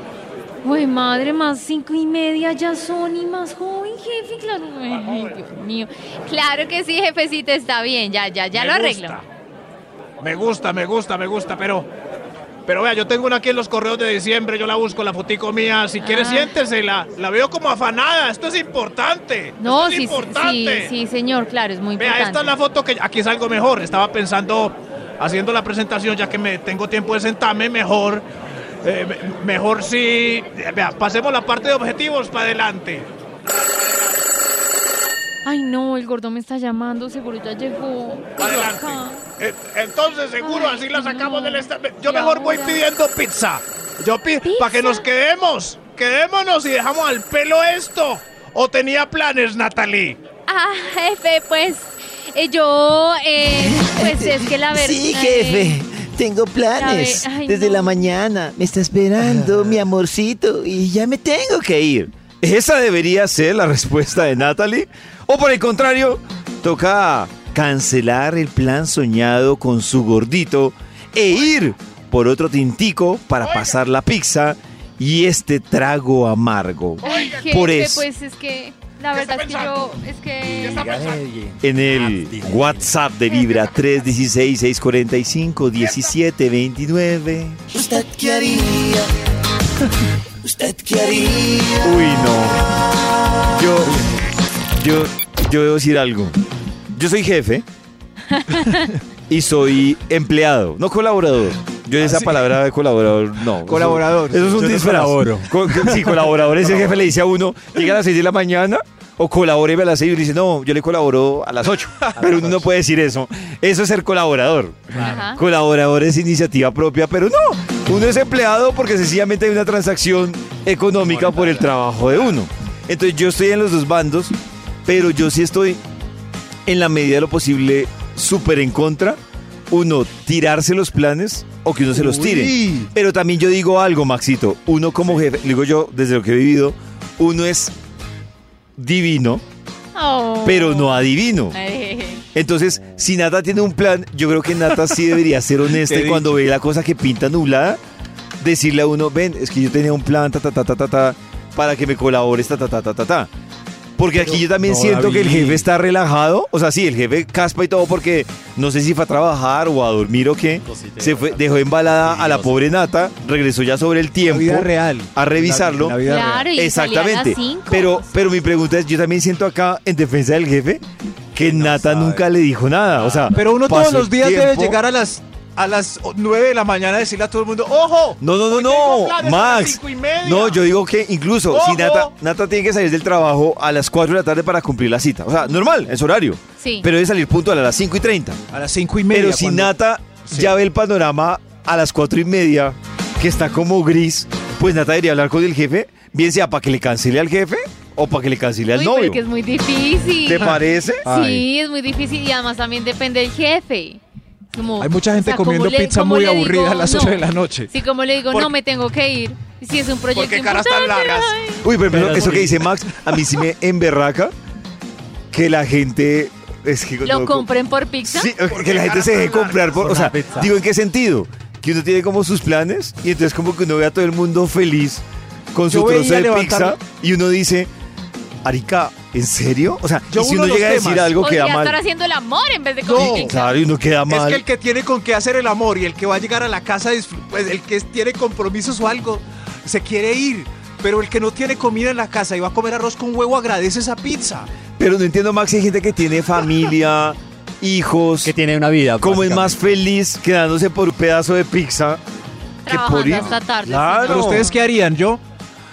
S3: Uy, madre, más cinco y media ya son y más joven, jefe, claro. Ay, Dios mío. Claro que sí, jefecito, está bien, ya, ya, ya
S1: Me
S3: lo arreglo.
S1: gusta. Me gusta, me gusta, me gusta, pero. Pero vea, yo tengo una aquí en los correos de diciembre, yo la busco, la fotico mía. Si quiere,
S3: Ah.
S1: siéntese, la, la veo como afanada. Esto es importante.
S3: No,
S1: esto es
S3: sí, sí,
S1: importante.
S3: sí, señor, claro, es muy
S1: Vea, esta es
S3: importante.
S1: la foto que aquí salgo mejor. Estaba pensando, haciendo la presentación, ya que me tengo tiempo de sentarme, mejor. eh, me- mejor si. eh, Vea, pasemos la parte de objetivos para adelante.
S3: Ay, no, el gordo me está llamando, seguro ya llegó. Y yo
S1: Adelante.
S3: acá.
S1: Eh, Entonces, seguro,
S3: Ay,
S1: así la sacamos
S3: no.
S1: del esta- Yo
S3: ¿Y
S1: mejor voy
S3: ahora?
S1: pidiendo pizza. Yo pido. Para que
S3: ¿Pizza?
S1: nos quedemos. Quedémonos y dejamos al pelo esto. ¿O tenía planes, Natalie?
S3: Ah, jefe, pues eh, yo, eh, pues es
S2: (laughs)
S3: que la verdad.
S9: Sí, jefe. Tengo planes.
S3: ay,
S9: Desde
S3: no.
S9: la mañana. Me está esperando mi amorcito. Y ya me tengo que ir.
S2: Esa debería ser la respuesta de Natalie. O por el contrario, toca cancelar el plan soñado con su gordito e ir por otro tintico para pasar la pizza y este trago amargo.
S3: Ay, jefe,
S2: Por eso.
S3: pues es que la verdad es que yo, es que.
S2: en el WhatsApp de Vibra 316-645-1729.
S9: ¿Usted qué haría? ¿Usted qué haría?
S2: Uy, no. Yo, yo, yo debo decir algo. Yo soy jefe y soy empleado, no colaborador. Yo esa palabra de colaborador, no.
S1: Colaborador.
S2: Eso, eso es
S4: Ah, Yo
S2: un
S4: no
S2: disfraz.
S4: colaboro.
S2: Co- co- sí, colaborador. Ese jefe le dice a uno, llega a las 6 de la mañana o colabore a las 6 y le dice, no, yo le colaboro a las 8. Pero uno no puede decir eso. Eso es ser colaborador.
S3: Ajá.
S2: Colaborador es iniciativa propia, pero no. Uno es empleado porque sencillamente hay una transacción económica por el trabajo de uno. Entonces yo estoy en los dos bandos, pero yo sí estoy en la medida de lo posible súper en contra. Uno, tirarse los planes o que uno se los tire. Pero también yo digo algo, Maxito. Uno como jefe, digo yo desde lo que he vivido, uno es divino,
S3: Oh.
S2: pero
S3: (laughs)
S2: no adivino.
S3: Ay,
S2: Entonces, si Nata tiene un plan, yo creo que Nata sí debería
S4: (laughs)
S2: ser honesta
S1: Te
S2: y cuando ve la cosa que pinta nublada, decirle a uno, ven, es que yo tenía un plan, ta, ta, ta, ta, ta, ta, para que me colabores, ta, ta, ta, ta, ta, ta. Porque aquí yo también
S4: no,
S2: siento que el
S4: David.
S2: jefe está relajado, o sea, sí, el jefe caspa y todo porque no sé si fue a trabajar o a dormir o qué.
S4: Cosita
S2: Se
S4: de
S2: fue,
S4: vaca.
S2: dejó embalada a la
S4: Dios.
S2: pobre Nata, regresó ya sobre el tiempo
S1: real.
S2: a revisarlo.
S3: Claro, y
S2: Exactamente.
S3: salía a las cinco.
S2: Pero, pero mi pregunta es, yo también siento acá en defensa del jefe que Nata
S4: sabe.
S2: nunca le dijo nada. O sea,
S1: Pero uno
S2: pasó
S1: todos los
S2: el
S1: días debe
S2: tiempo.
S1: llegar a las a las 9 de la mañana decirle a todo el mundo, ¡ojo!
S2: No, no, no,
S1: hoy tengo
S2: no,
S1: planes a las
S2: Max.
S1: cinco y media".
S2: No, yo digo que incluso si
S1: ¡Ojo!
S2: Nata, Nata tiene que salir del trabajo a las 4 de la tarde para cumplir la cita. O sea, normal, es horario.
S3: Sí.
S2: Pero debe salir puntual a las 5 y 30.
S1: A las 5 y media.
S2: Pero si
S1: cuando-
S2: Nata
S1: Sí.
S2: ya ve el panorama a las 4 y media, que está como gris, pues Nata debería hablar con el jefe, bien sea para que le cancele al jefe o para que le cancele al
S3: Uy, pero
S2: novio.
S3: es que es muy Ah. difícil.
S2: ¿Te parece?
S3: Sí, es muy difícil y además también depende del jefe. Como,
S1: Hay mucha gente
S3: o sea, ¿cómo
S1: comiendo
S3: le-
S1: pizza
S3: cómo
S1: muy
S3: le digo
S1: aburrida a las
S3: no?
S1: 8 de la noche.
S3: Sí, como le digo,
S1: Porque-
S3: no me tengo que ir. Si es un proyecto
S1: Porque caras tan
S3: importante,
S1: largas.
S3: ay.
S2: Uy, pero,
S4: Pero
S2: eso-
S4: es
S2: eso que
S4: muy-
S2: dice Max, a mí sí
S3: (laughs)
S2: me emberraca que la gente... Es que
S3: Lo
S2: no-
S3: compren por pizza.
S2: Sí, que
S1: Porque
S2: la gente se deje
S1: caramba,
S2: comprar por... O sea, digo, ¿en qué sentido? Que uno tiene como sus planes y entonces como que uno ve a todo el mundo feliz con su
S1: Yo
S2: trozo
S1: veía
S2: de pizza
S1: levantar-
S2: y uno dice, Arica, ¿en serio? O sea,
S1: Yo
S2: y si
S1: uno
S2: uno
S1: los
S2: llega a decir
S1: temas.
S2: algo
S3: Podría
S2: queda
S3: estar
S2: mal.
S3: haciendo el amor en vez de
S1: No.
S3: comer
S2: Sí,
S3: pizza.
S2: Claro, y uno queda
S1: Es
S2: mal.
S1: que el que tiene con qué hacer el amor y el que va a llegar a la casa, disfr- pues el que tiene compromisos o algo, se quiere ir. Pero el que no tiene comida en la casa y va a comer arroz con huevo agradece esa pizza.
S2: Pero no entiendo, Max, hay gente que tiene
S1: (laughs)
S2: familia, hijos,
S4: Que tiene una vida.
S2: como es
S4: básicamente.
S2: más feliz quedándose por un pedazo de pizza que por
S3: Trabajando
S2: ir.
S3: hasta tarde.
S2: Claro.
S1: Pero ustedes qué harían, yo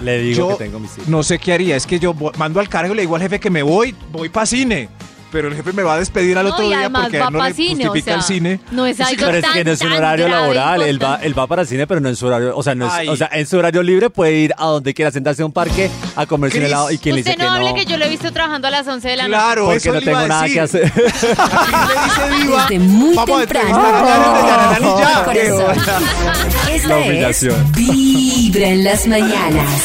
S4: Le digo
S1: Yo-
S4: que tengo mis hijos.
S1: no sé qué haría. Es que yo vo- mando al cargo y le digo al jefe que me voy, voy para cine. Pero el jefe me va a despedir al
S3: No,
S1: otro
S3: y
S1: día
S3: además
S1: porque a
S3: va
S1: él no
S3: pa'
S1: le
S3: cine, o
S1: justifica
S3: sea,
S1: el cine.
S3: no es algo
S4: Pero es
S3: tan,
S4: que no es un
S3: tan
S4: horario
S3: grave,
S4: laboral, él va,
S3: importante.
S4: él va para cine, pero no es su horario, o sea, no es-
S1: Ay.
S4: o sea, en su horario libre puede ir a donde quiera, sentarse a un parque, a comerse un
S1: Cris,
S4: helado y quien le dice
S3: Usted
S4: que
S3: no hable
S4: no,
S3: que yo lo he visto trabajando a las 11 de la noche.
S1: Claro,
S4: porque
S1: eso
S4: no
S1: le iba
S4: tengo
S1: a
S4: nada que
S1: decir.
S4: hacer.
S1: Así le dice Diva,
S5: Desde muy
S1: Vamos a
S5: temprano.
S1: entrevistar a Janet de Yananán y ya.
S5: Corazón. Esta es
S4: humillación.
S5: Vibra en las mañanas.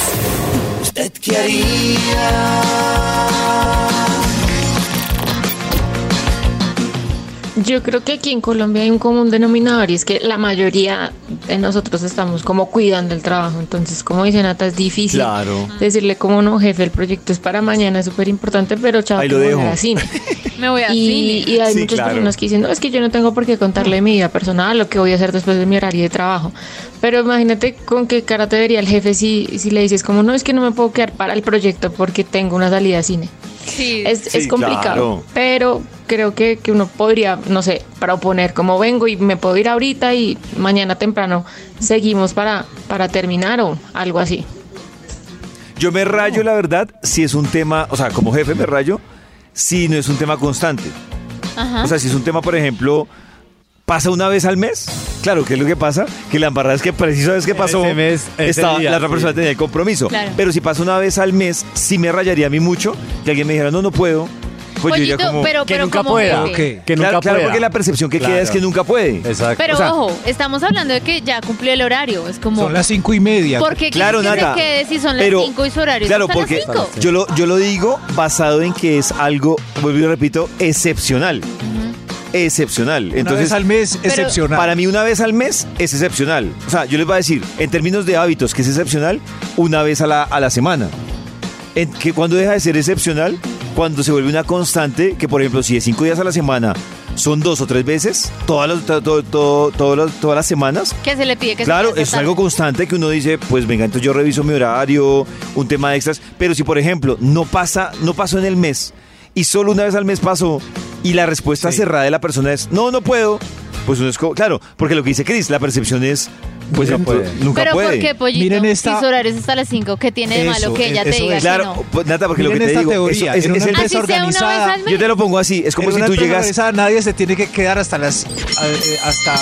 S10: Yo creo que aquí en Colombia hay un común denominador y es que la mayoría de nosotros estamos como cuidando el trabajo. Entonces, como dice Nata, es difícil
S2: Claro.
S10: decirle como no, jefe, el proyecto es para mañana, es súper importante, pero chao,
S2: Ahí lo
S10: te voy a
S2: dejo.
S10: dar
S2: (laughs)
S10: así.
S3: Me voy a
S10: Y,
S3: cine.
S10: y hay
S2: Sí,
S10: muchas
S2: claro.
S10: personas que dicen, no, es que yo no tengo por qué contarle mi vida personal, lo que voy a hacer después de mi horario de trabajo. Pero imagínate con qué cara te vería el jefe si, si le dices, como no, es que no me puedo quedar para el proyecto porque tengo una salida a cine.
S3: (laughs) Sí.
S10: Es,
S2: Sí,
S10: es complicado,
S2: claro.
S10: pero creo que, que uno podría, no sé, proponer como vengo y me puedo ir ahorita y mañana temprano seguimos para, para terminar o algo así.
S2: Yo me rayo, la verdad, si es un tema, o sea, como jefe me rayo, si no es un tema constante.
S3: Ajá.
S2: O sea, si es un tema, por ejemplo, pasa una vez al mes. Claro, ¿qué es lo que pasa? Que la embarrada es que preciso es que pasó.
S4: ese mes, ese
S2: está,
S4: día,
S2: la otra
S4: sí.
S2: persona tenía el compromiso.
S3: Claro.
S2: Pero si pasa una vez al mes, sí me rayaría a mí mucho que alguien me dijera, no, no puedo. Pues yo diría
S3: Pollito,
S2: como.
S3: pero,
S4: (laughs) que
S3: pero
S4: nunca
S3: como
S4: pueda,
S3: jefe.
S1: Ok.
S4: que nunca
S2: claro, claro,
S4: pueda.
S2: porque la percepción que queda
S4: Claro.
S2: es que nunca puede.
S4: Exacto.
S3: Pero
S2: O sea-
S3: ojo, estamos hablando de que ya cumplió el horario. Es como.
S1: Son las cinco y media.
S3: ¿Por qué
S2: Claro,
S3: quieres
S2: Nata,
S3: que se quede si son las
S2: pero-
S3: 5 y su horario?
S2: Claro,
S3: Son las
S2: porque
S3: cinco.
S2: yo lo, yo lo digo basado en que es algo, vuelvo y repito, excepcional. Excepcional.
S1: Una
S2: Entonces,
S1: vez al mes, excepcional.
S2: Para mí una vez al mes es excepcional. O sea, yo les voy a decir, en términos de hábitos, que es excepcional, una vez a la, a la semana. En que cuando deja de ser excepcional, cuando se vuelve una constante, que por ejemplo, si de cinco días a la semana son dos o tres veces, todas las, to- to- to- todas las- todas las semanas,
S3: ¿Qué se le pide? que se
S2: Claro,
S3: quede
S2: es
S3: hasta
S2: algo
S3: tarde?
S2: constante que uno dice, pues venga, entonces yo reviso mi horario, un tema de extras, pero si por ejemplo no pasa, no pasó en el mes y solo una vez al mes pasó y la respuesta
S1: Sí.
S2: cerrada de la persona es no, no puedo, pues uno es como, claro, porque lo que dice Chris, la percepción es pues
S4: Nunca
S2: no
S4: puede.
S2: nunca
S3: Pero
S2: puede.
S3: ¿por qué, pollito?
S1: Miren esta-
S3: Si su horario es hasta las 5, ¿qué tiene de malo
S1: Eso,
S3: que ella te
S1: eso
S3: diga
S1: es.
S2: Claro,
S3: que no?
S2: pues, Nata, porque
S1: Miren
S2: lo que te
S1: esta
S2: digo,
S1: teoría,
S2: eso-
S1: en
S2: es-
S1: una
S2: es el-
S1: empresa
S3: Así sea una vez
S1: organizada,
S3: al mes.
S2: yo te lo pongo así, es como
S1: En
S2: si
S1: una
S2: tú
S1: empresa
S2: llegas
S1: organizada, nadie se tiene que quedar hasta las eh, hasta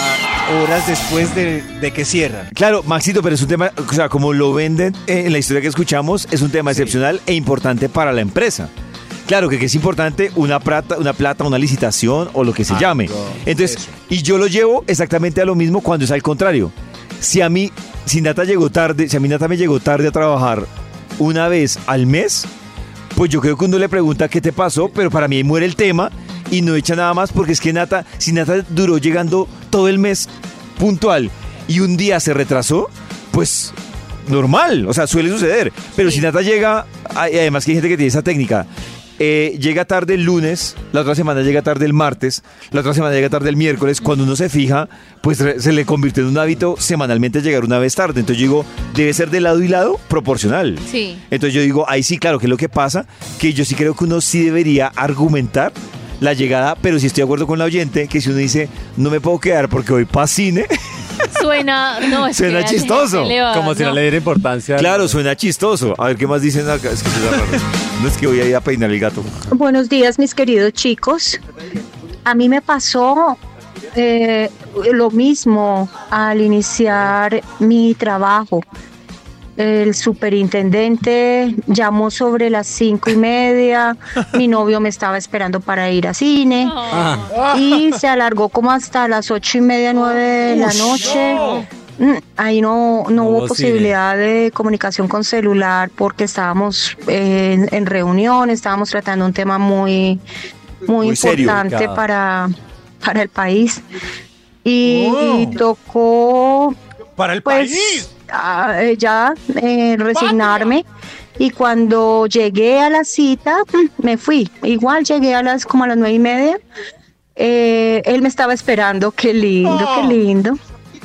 S1: horas después de, de que cierran.
S2: Claro, Maxito, pero es un tema, o sea, como lo venden eh, en la historia que escuchamos, es un tema excepcional e importante para la empresa. Claro que, que es importante una plata, una plata, una licitación o lo que se llame. Entonces, y yo lo llevo exactamente a lo mismo cuando es al contrario. Si a mí, si Nata llegó tarde, si a mí Nata me llegó tarde a trabajar una vez al mes, pues yo creo que uno le pregunta qué te pasó, pero para mí ahí muere el tema y no echa nada más porque es que Nata, si Nata duró llegando todo el mes puntual y un día se retrasó, pues normal, o sea, suele suceder. Pero si Nata llega, ay, además que hay gente que tiene esa técnica, eh, llega tarde el lunes, la otra semana llega tarde el martes, la otra semana llega tarde el miércoles, cuando uno se fija, pues re- se le convierte en un hábito semanalmente llegar una vez tarde. Entonces yo digo, debe ser de lado y lado proporcional.
S3: Sí.
S2: Entonces yo digo, ahí sí, claro, que es lo que pasa, que yo sí creo que uno sí debería argumentar la llegada, pero sí estoy de acuerdo con la oyente que si uno dice, no me puedo quedar porque voy para cine,
S3: Suena, no, es que
S2: Suena
S3: la gente
S2: chistoso,
S3: le va,
S4: Como si no le diera importancia.
S2: (laughs) claro, suena chistoso. A ver, ¿qué más dicen acá? Es que suena raro. No es que voy a ir a peinar el gato.
S11: Buenos días, mis queridos chicos. A mí me pasó eh, lo mismo al iniciar mi trabajo. El superintendente llamó sobre las cinco y media. Mi novio me estaba esperando para ir a cine
S2: Ah.
S4: Ah,
S11: y se alargó como hasta las ocho y media, nueve de la
S12: Ush.
S11: noche. Mm, Ahí no, no hubo
S12: hubo
S11: posibilidad de comunicación con celular porque estábamos eh, en, en reunión, estábamos tratando un tema muy, muy,
S12: Muy serio.
S11: importante
S12: Delicado.
S11: para, para el país. Y,
S2: Oh.
S11: y tocó
S1: para el
S11: país. ya eh, resignarme. Y cuando llegué a la cita, mm, me fui. Igual llegué a las como a las nueve y media. Eh, él me estaba esperando. Qué lindo, qué lindo.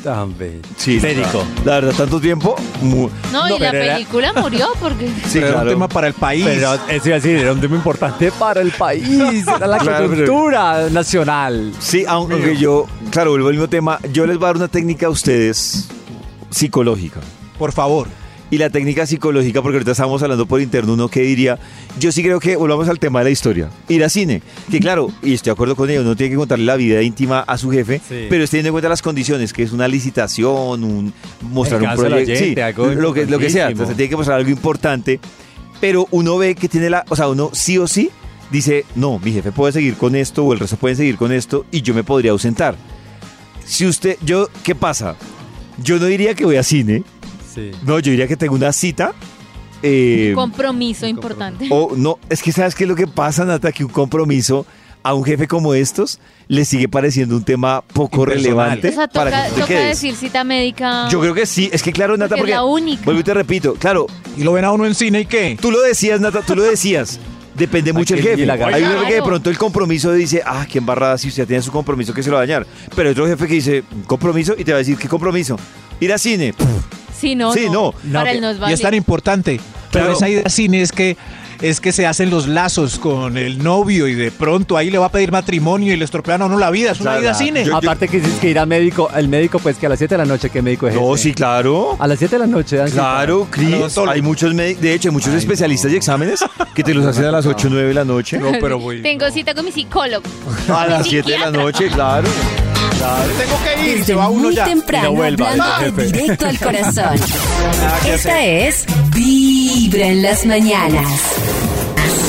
S4: Tan bello.
S2: Sí,
S4: Férico.
S2: La verdad, tanto tiempo. mu-
S3: No, y la
S4: pero era-
S3: película murió
S2: (laughs)
S3: porque. (laughs)
S2: Sí,
S4: Pero era un
S2: claro.
S4: tema para el país. Pero eso iba a decir, era un tema importante para el país. Era (laughs) la
S2: Claro, pero-
S4: cultura nacional.
S2: Sí, aun- aunque yo, claro, vuelvo al mismo tema. Yo les voy a dar una técnica a ustedes psicológica.
S1: Por favor.
S2: Y la técnica psicológica, porque ahorita estábamos hablando por interno, uno que diría, yo sí creo que volvamos al tema de la historia. Ir a cine, que claro, y estoy de acuerdo con ello, uno tiene que contarle la vida íntima a su jefe,
S4: Sí.
S2: pero es teniendo en cuenta las condiciones, que es una licitación, un mostrar
S4: El
S2: un
S4: caso del
S2: proyecto,
S4: oyente, algo
S2: lo, que, lo que sea,
S4: importantísimo.
S2: entonces tiene que mostrar algo importante, pero uno ve que tiene la, o sea, uno sí o sí dice, no, mi jefe puede seguir con esto o el resto pueden seguir con esto y yo me podría ausentar. Si usted, yo, ¿qué pasa? Yo no diría que voy a cine,
S4: Sí.
S2: no, yo diría que tengo una cita. eh,
S3: Compromiso importante.
S2: o no, es que sabes qué es lo que pasa, Nata, que un compromiso a un jefe como estos le sigue pareciendo un tema poco relevante
S3: O sea,
S2: para
S3: toca,
S2: que tú te
S3: toca
S2: quedes.
S3: decir cita médica.
S2: Yo creo que sí, es que claro, Nata,
S3: Porque Pues
S2: porque,
S3: es la única.
S2: vuelvo y te repito, claro.
S1: Y lo ven a uno en cine y qué.
S2: Tú lo decías, Nata, tú lo decías. Depende mucho el
S4: que
S2: jefe.
S4: la gana.
S2: Hay un jefe que de
S3: Claro.
S2: pronto el compromiso dice, ah, qué embarrada, si usted tiene su compromiso que se lo va a dañar. Pero hay otro jefe que dice, compromiso, y te va a decir, ¿qué compromiso? Ir a cine. Puf,
S3: Sí, no.
S2: Sí, no.
S3: Para
S1: que-
S3: él nos vale.
S1: Y es tan importante. Pero
S2: Claro.
S1: esa idea cine es que es que se hacen los lazos con el novio y de pronto ahí le va a pedir matrimonio y le estropean a uno la vida. Es una vida cine.
S4: Aparte que dices que ir a médico, el médico pues que a las 7 de la noche, ¿qué médico es
S2: No,
S4: este?
S2: sí, claro.
S4: A las 7 de la noche. dan cita.
S2: Claro, Cris.
S1: odontólogo.
S2: Hay muchos médicos, de hecho, hay muchos especialistas y exámenes que te los hacen a las 8 o 9 de la noche.
S1: No, pero voy.
S3: Tengo cita con mi psicólogo.
S2: A las 7 de la noche, claro.
S1: Tengo que ir. Se
S5: Desde
S1: va uno
S5: muy
S1: ya.
S5: temprano
S4: Y no vuelva,
S5: hablándote
S4: jefe.
S5: directo al
S1: (laughs)
S5: corazón. Esta es Vibra en las mañanas.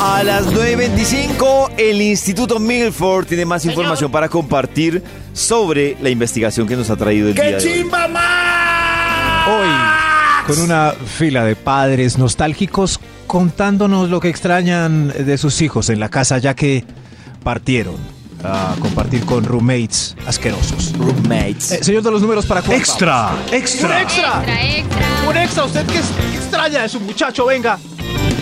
S2: A las 9.25, el Instituto Milford tiene más información para compartir sobre la investigación que nos ha traído el día de hoy.
S1: Hoy, con una fila de padres nostálgicos contándonos lo que extrañan de sus hijos en la casa ya que partieron a compartir con roommates asquerosos.
S2: Roommates.
S1: Eh, señor de los números para cuál
S2: Extra,
S1: vamos? extra.
S3: Extra, extra.
S6: Un extra, usted que es extraña de su muchacho, venga.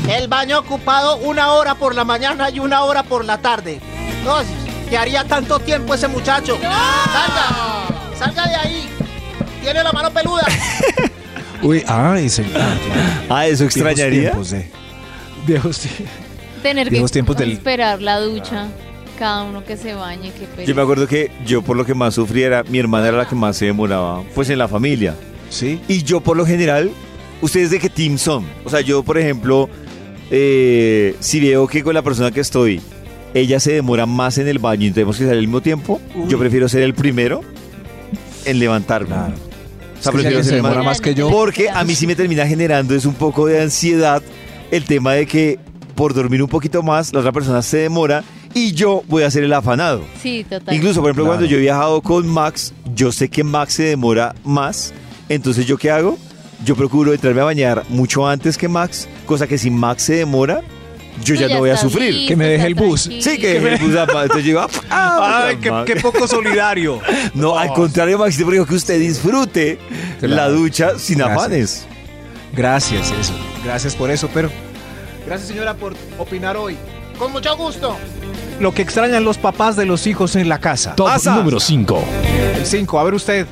S6: El baño ocupado una hora por la mañana y una hora por la tarde. No, que haría tanto tiempo ese muchacho. Salga, salga de ahí. Tiene la mano peluda.
S1: Uy, ay, señor.
S2: Ah, eso
S1: Viejos
S2: extrañaría.
S1: tiempos de- viejos tie-
S3: Tener que
S1: Viejos tiempos del-
S3: esperar la ducha. Cada uno que se bañe, qué
S2: Yo me
S3: pereza.
S2: acuerdo que yo por lo que más sufría era, mi hermana era la que más se demoraba, pues en la familia.
S1: Sí.
S2: Y yo por lo general, ¿ustedes de qué team son? O sea, yo por ejemplo, eh, si veo que con la persona que estoy, ella se demora más en el baño y tenemos que salir al mismo tiempo, yo prefiero ser el primero en levantarme. O sea,
S1: Es que si
S2: prefiero ser
S1: alguien se
S2: el más-
S1: demora más que yo.
S2: Porque a mí sí me termina generando es un poco de ansiedad el tema de que por dormir un poquito más, la otra persona se demora y yo voy a ser el afanado.
S3: Sí, total.
S2: Incluso, por ejemplo, cuando yo he viajado con Max, yo sé que Max se demora más. Entonces, ¿yo qué hago? Yo procuro entrarme a bañar mucho antes que Max, cosa que si Max se demora, yo
S3: Tú
S2: ya, no voy a
S3: estás
S2: sufrir.
S3: listo,
S1: Que me deje
S3: estás
S1: el bus.
S3: tranquilo.
S2: Sí, que me puse a- entonces yo digo, ah, pf, ah,
S1: Ay, qué,
S2: Max.
S1: qué poco solidario.
S2: (laughs) No, al contrario, Max, te digo que usted disfrute
S1: Claro.
S2: la ducha sin
S1: Gracias.
S2: afanes.
S1: Gracias, eso. Gracias por eso, pero
S6: Gracias, señora, por opinar hoy. Con mucho gusto.
S1: lo que extrañan los papás de los hijos en la casa.
S7: Top
S2: Pasa.
S7: número 5.
S1: El 5, a ver usted.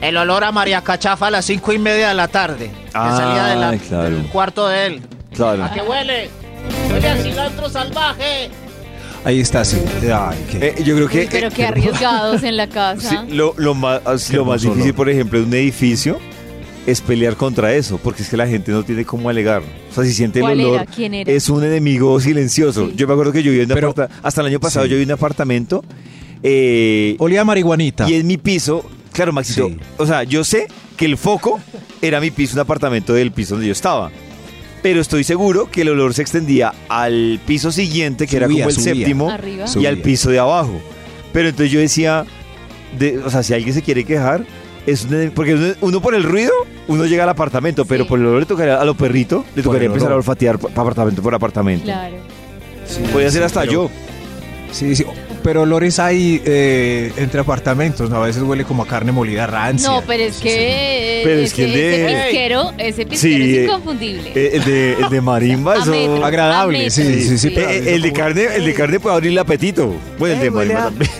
S6: El olor a María Cachafa a las cinco y media de la tarde. Que
S2: Ah,
S6: salía de la-
S2: claro.
S6: del cuarto de él.
S2: Claro.
S6: ¿A qué huele? Huele a cilantro salvaje.
S1: Ahí está, sí.
S2: Eh, yo creo que.
S3: Pero qué arriesgados en la casa.
S2: Lo, lo más,
S1: Qué
S2: lo más
S1: hermoso,
S2: difícil,
S1: ¿no?
S2: por ejemplo, de un edificio es pelear contra eso, porque es que la gente no tiene cómo alegar. O sea, si siente el
S3: ¿Cuál era?
S2: olor,
S3: ¿Quién era?
S2: es un enemigo silencioso. Yo me acuerdo que yo vivía en un apartamento, hasta el año pasado yo vivía en un apartamento. eh,
S1: Olía marihuanita.
S2: Y en mi piso, claro, Maxito, o sea, yo sé que el foco era mi piso, un apartamento del piso donde yo estaba. Pero estoy seguro que el olor se extendía al piso siguiente, que era
S1: Subía,
S2: como el
S1: subía.
S2: séptimo,
S1: Arriba.
S2: y
S1: Subía.
S2: al piso de abajo. Pero entonces yo decía, de- o sea, si alguien se quiere quejar, es un- porque uno- uno por el ruido, uno llega al apartamento, pero por el olor le tocaría a los perritos, le tocaría
S1: el
S2: empezar a
S1: olor.
S2: olfatear pa- apartamento por apartamento.
S3: Claro.
S2: Podía ser hasta yo.
S1: Sí, sí. Pero olores hay eh, entre apartamentos, ¿no? A veces huele como a carne molida rancia.
S3: No, pero es que,
S1: Pero
S3: es
S1: es que
S3: que
S1: el de-
S3: ese pisquero, ese pisquero
S2: Sí,
S3: es
S2: eh,
S3: inconfundible.
S2: Eh, El de, el de marimba, eso-
S3: metro, a metro, sí.
S2: Eh, eh, el, de carne, el de carne puede abrir el apetito. Bueno, el de marimba también.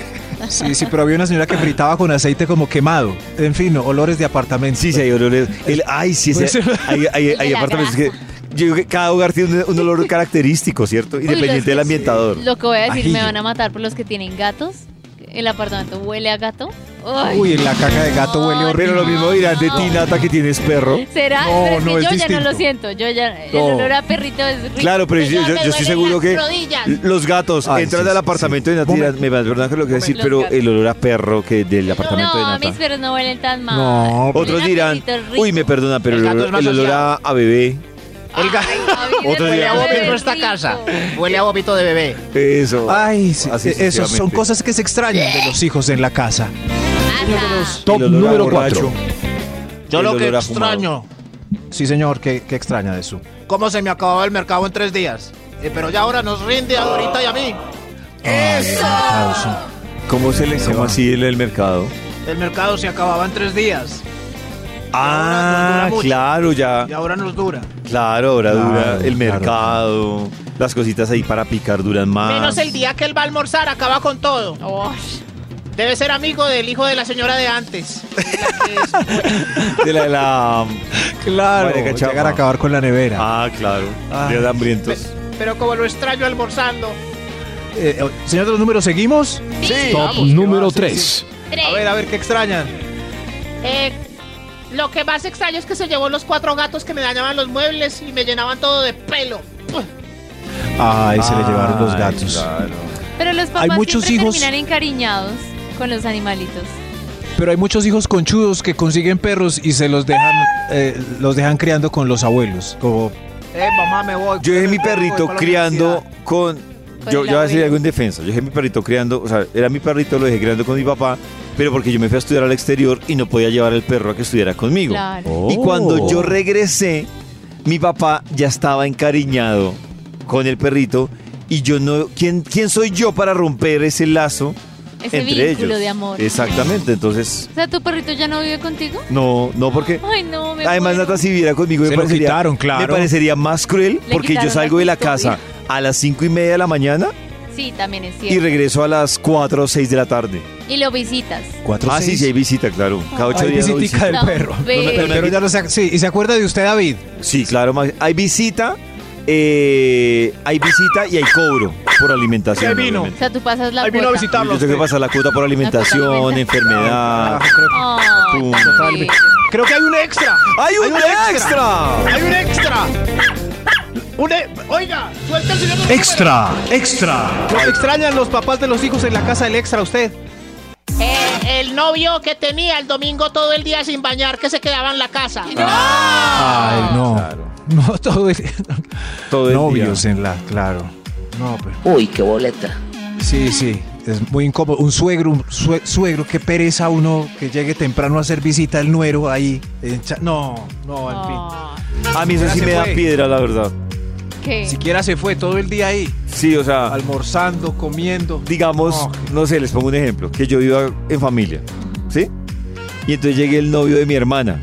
S1: Sí, sí, pero había una señora que fritaba con aceite como quemado. En fin, no, olores de Pues, apartamento. Sí, sí,
S2: hay olores. El, ay, sí,
S1: ese,
S2: Hay, hay- hay apartamentos que. Yo creo que cada hogar tiene un, un olor característico, ¿cierto? Independiente del ambientador.
S3: Lo que voy a decir me
S2: Ajillo.
S3: van a matar por los que tienen gatos. El apartamento huele a gato. Ay.
S1: Uy, la caca de gato huele horrible.
S2: Pero lo mismo dirán de ti, Nata, que tienes perro.
S3: ¿Será?
S2: No,
S3: pero es que
S2: no, es
S3: yo ya no
S2: distinto.
S3: lo siento. Yo ya
S2: No.
S3: el olor a perrito es rico.
S2: Claro, pero yo,
S3: Señor,
S2: yo-
S3: me
S2: yo estoy
S3: duelen
S2: seguro
S3: las
S2: que
S3: rodillas.
S2: los gatos
S1: Ay,
S2: entran
S1: sí,
S2: al
S1: sí,
S2: apartamento de Nata y dirán, me vas verdad que lo que voy a decir,
S3: Los
S2: pero
S3: gatos.
S2: el olor a perro que del apartamento
S3: No,
S2: de Nata.
S3: mis perros no huelen tan mal.
S2: No, otros
S3: Huelen a
S2: dirán,
S3: perrito rico.
S2: uy, me perdona, pero el
S6: gato es
S2: olor,
S6: más
S2: el olor a, a bebé.
S6: El gato.
S2: Otro
S6: Huele
S2: día.
S6: a vómito esta casa. Huele a vómito de bebé.
S2: Eso.
S1: Ay, sí,
S2: Así
S1: eh, eso son
S2: sucesivamente.
S1: cosas que se extrañan de los hijos en la casa.
S4: Top
S1: El olor a
S4: número
S1: borracho.
S4: 4.
S6: Yo
S1: El
S6: lo que
S1: olor a fumado.
S6: extraño,
S1: Sí, señor, qué, qué extraña de eso.
S6: cómo se me acababa el mercado en tres días. Eh, pero ya ahora nos rinde a Dorita y a mí. ¡Eso!
S2: ¿Cómo se le llama así el, el mercado?
S6: El mercado se acababa en tres días.
S2: Ah,
S6: mucho.
S2: claro, ya.
S6: Y ahora nos dura.
S2: Claro, ahora
S1: Claro,
S2: dura el
S1: claro,
S2: mercado. Las cositas ahí para picar duran más.
S6: Menos el día que él va a almorzar, acaba con todo. Debe ser amigo del hijo de la señora de antes.
S2: De la. de la
S1: claro, llegar a acabar con la nevera.
S2: Ah, claro. Día de hambrientos.
S6: Pero como lo extraño almorzando.
S1: Eh, eh, señor de los números, ¿seguimos?
S6: Sí.
S7: Top
S6: Vamos, que
S7: número
S6: va, sí,
S7: 3.
S6: sí.
S1: A ver, a ver, ¿qué extrañan?
S6: Eh, lo que más extraño es que se llevó los cuatro gatos que me dañaban los muebles y me llenaban todo de pelo.
S1: Ay, se le llevaron los
S2: Ay,
S1: gatos.
S3: Pero los papás
S1: Hay muchos
S3: siempre
S1: hijos-
S3: terminan encariñados con los animalitos.
S1: Pero hay muchos hijos conchudos que consiguen perros y se los dejan, eh, los dejan criando con los abuelos. Como,
S6: Eh, mamá, me voy.
S2: Yo dejé mi perrito criando con. Yo,
S6: el
S2: yo voy a decir
S6: abuelo.
S2: algo en defensa. Yo dejé mi perrito criando, o sea, era mi perrito, lo dejé criando con mi papá, pero porque yo me fui a estudiar al exterior y no podía llevar al perro a que estudiara conmigo.
S3: Claro.
S2: Y cuando yo regresé, mi papá ya estaba encariñado con el perrito y yo no. ¿Quién, quién soy yo para romper ese lazo
S3: Ese
S2: entre
S3: vínculo
S2: ellos?
S3: de amor.
S2: Exactamente, entonces.
S3: O sea, ¿tu perrito ya no vive contigo?
S2: No, no, porque.
S3: Ay, no, me
S2: Además,
S3: muero.
S2: Nata, si viviera conmigo,
S1: Se
S2: me
S1: lo
S2: parecería,
S1: quitaron, claro.
S2: me parecería más cruel
S3: Le
S2: porque yo
S3: quitaron la
S2: salgo de la
S3: custodia.
S2: casa a las cinco y media de la mañana
S3: Sí, también es cierto.
S2: y regreso a las 4 o 6 de la tarde.
S3: Y lo visitas.
S2: ah, sí, sí, hay visita, claro.
S3: Ah.
S2: Cada ocho
S1: Hay
S2: días no
S1: visitica del
S2: visita.
S3: No,
S1: perro.
S3: ve.
S2: No, no, pero me-
S1: Pero ya no se, sí, y se acuerda de usted, David.
S2: Sí, claro, Max. Hay visita, eh, hay visita y hay cobro por alimentación.
S1: ¿Qué vino?
S3: O sea, tú pasas la cuota.
S2: Yo tengo que pasar la cuota por
S3: La cuota
S2: alimentación,
S3: alimenta-
S1: Ah,
S2: enfermedad.
S3: Ay,
S2: Pum.
S3: tan
S2: Totalmente.
S3: bello.
S6: Creo que hay un extra.
S2: ¡Hay un extra!
S6: Hay un extra. Un e- Oiga, suelta el señor. de los
S1: extra. Lo que extrañan los papás de los hijos en la casa del extra, usted.
S6: Eh, el novio que tenía el domingo todo el día sin bañar, que se quedaba en la casa.
S1: Ay, no. (laughs) No, todo el,
S2: Todo el
S1: novios
S2: día.
S1: en la, claro. No, pero.
S9: Uy, qué boleta.
S1: Sí, sí, es muy incómodo. Un suegro, un sue- suegro, qué pereza uno que llegue temprano a hacer visita al nuero ahí. en cha- No, no, en fin.
S2: A mí eso sí
S1: Ya se
S2: me da
S1: fue.
S2: piedra, la verdad.
S3: ¿Qué?
S1: Siquiera se fue todo el día ahí,
S2: Sí, o sea,
S1: almorzando, comiendo.
S2: digamos, no sé, les pongo un ejemplo, que yo viva en familia, ¿sí? Y entonces llegue el novio de mi hermana,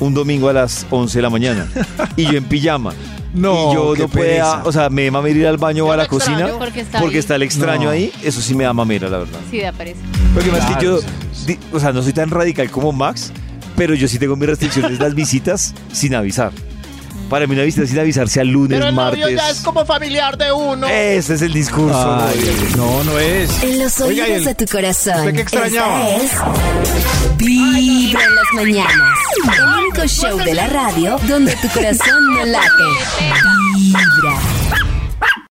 S2: un domingo a las 11 de la mañana, y yo en pijama.
S1: No,
S2: y yo (laughs)
S1: qué
S2: no pueda,
S1: pereza.
S2: o sea, me mame ir al baño o a la
S3: Yo lo extraño
S2: cocina
S3: porque está ahí.
S2: el extraño
S1: No.
S2: ahí, eso sí me da mamera, la verdad.
S3: Sí, da pereza.
S2: Porque más que
S1: Claro,
S2: yo,
S1: sí,
S2: di- o sea, no soy tan radical como Max, pero yo sí tengo mis restricciones las visitas sin avisar. Para mí una visita sin avisarse al lunes,
S6: Pero el
S2: martes. Eh,
S6: novio ya es como familiar de uno.
S2: Ese es el discurso.
S1: no, no es.
S5: En los
S1: Oiga,
S5: oídos
S1: y el-
S5: de tu corazón.
S1: ¿Usted qué extrañaba?
S5: Esta es Vibra en las mañanas. El único show de la radio donde tu corazón no late. Vibra.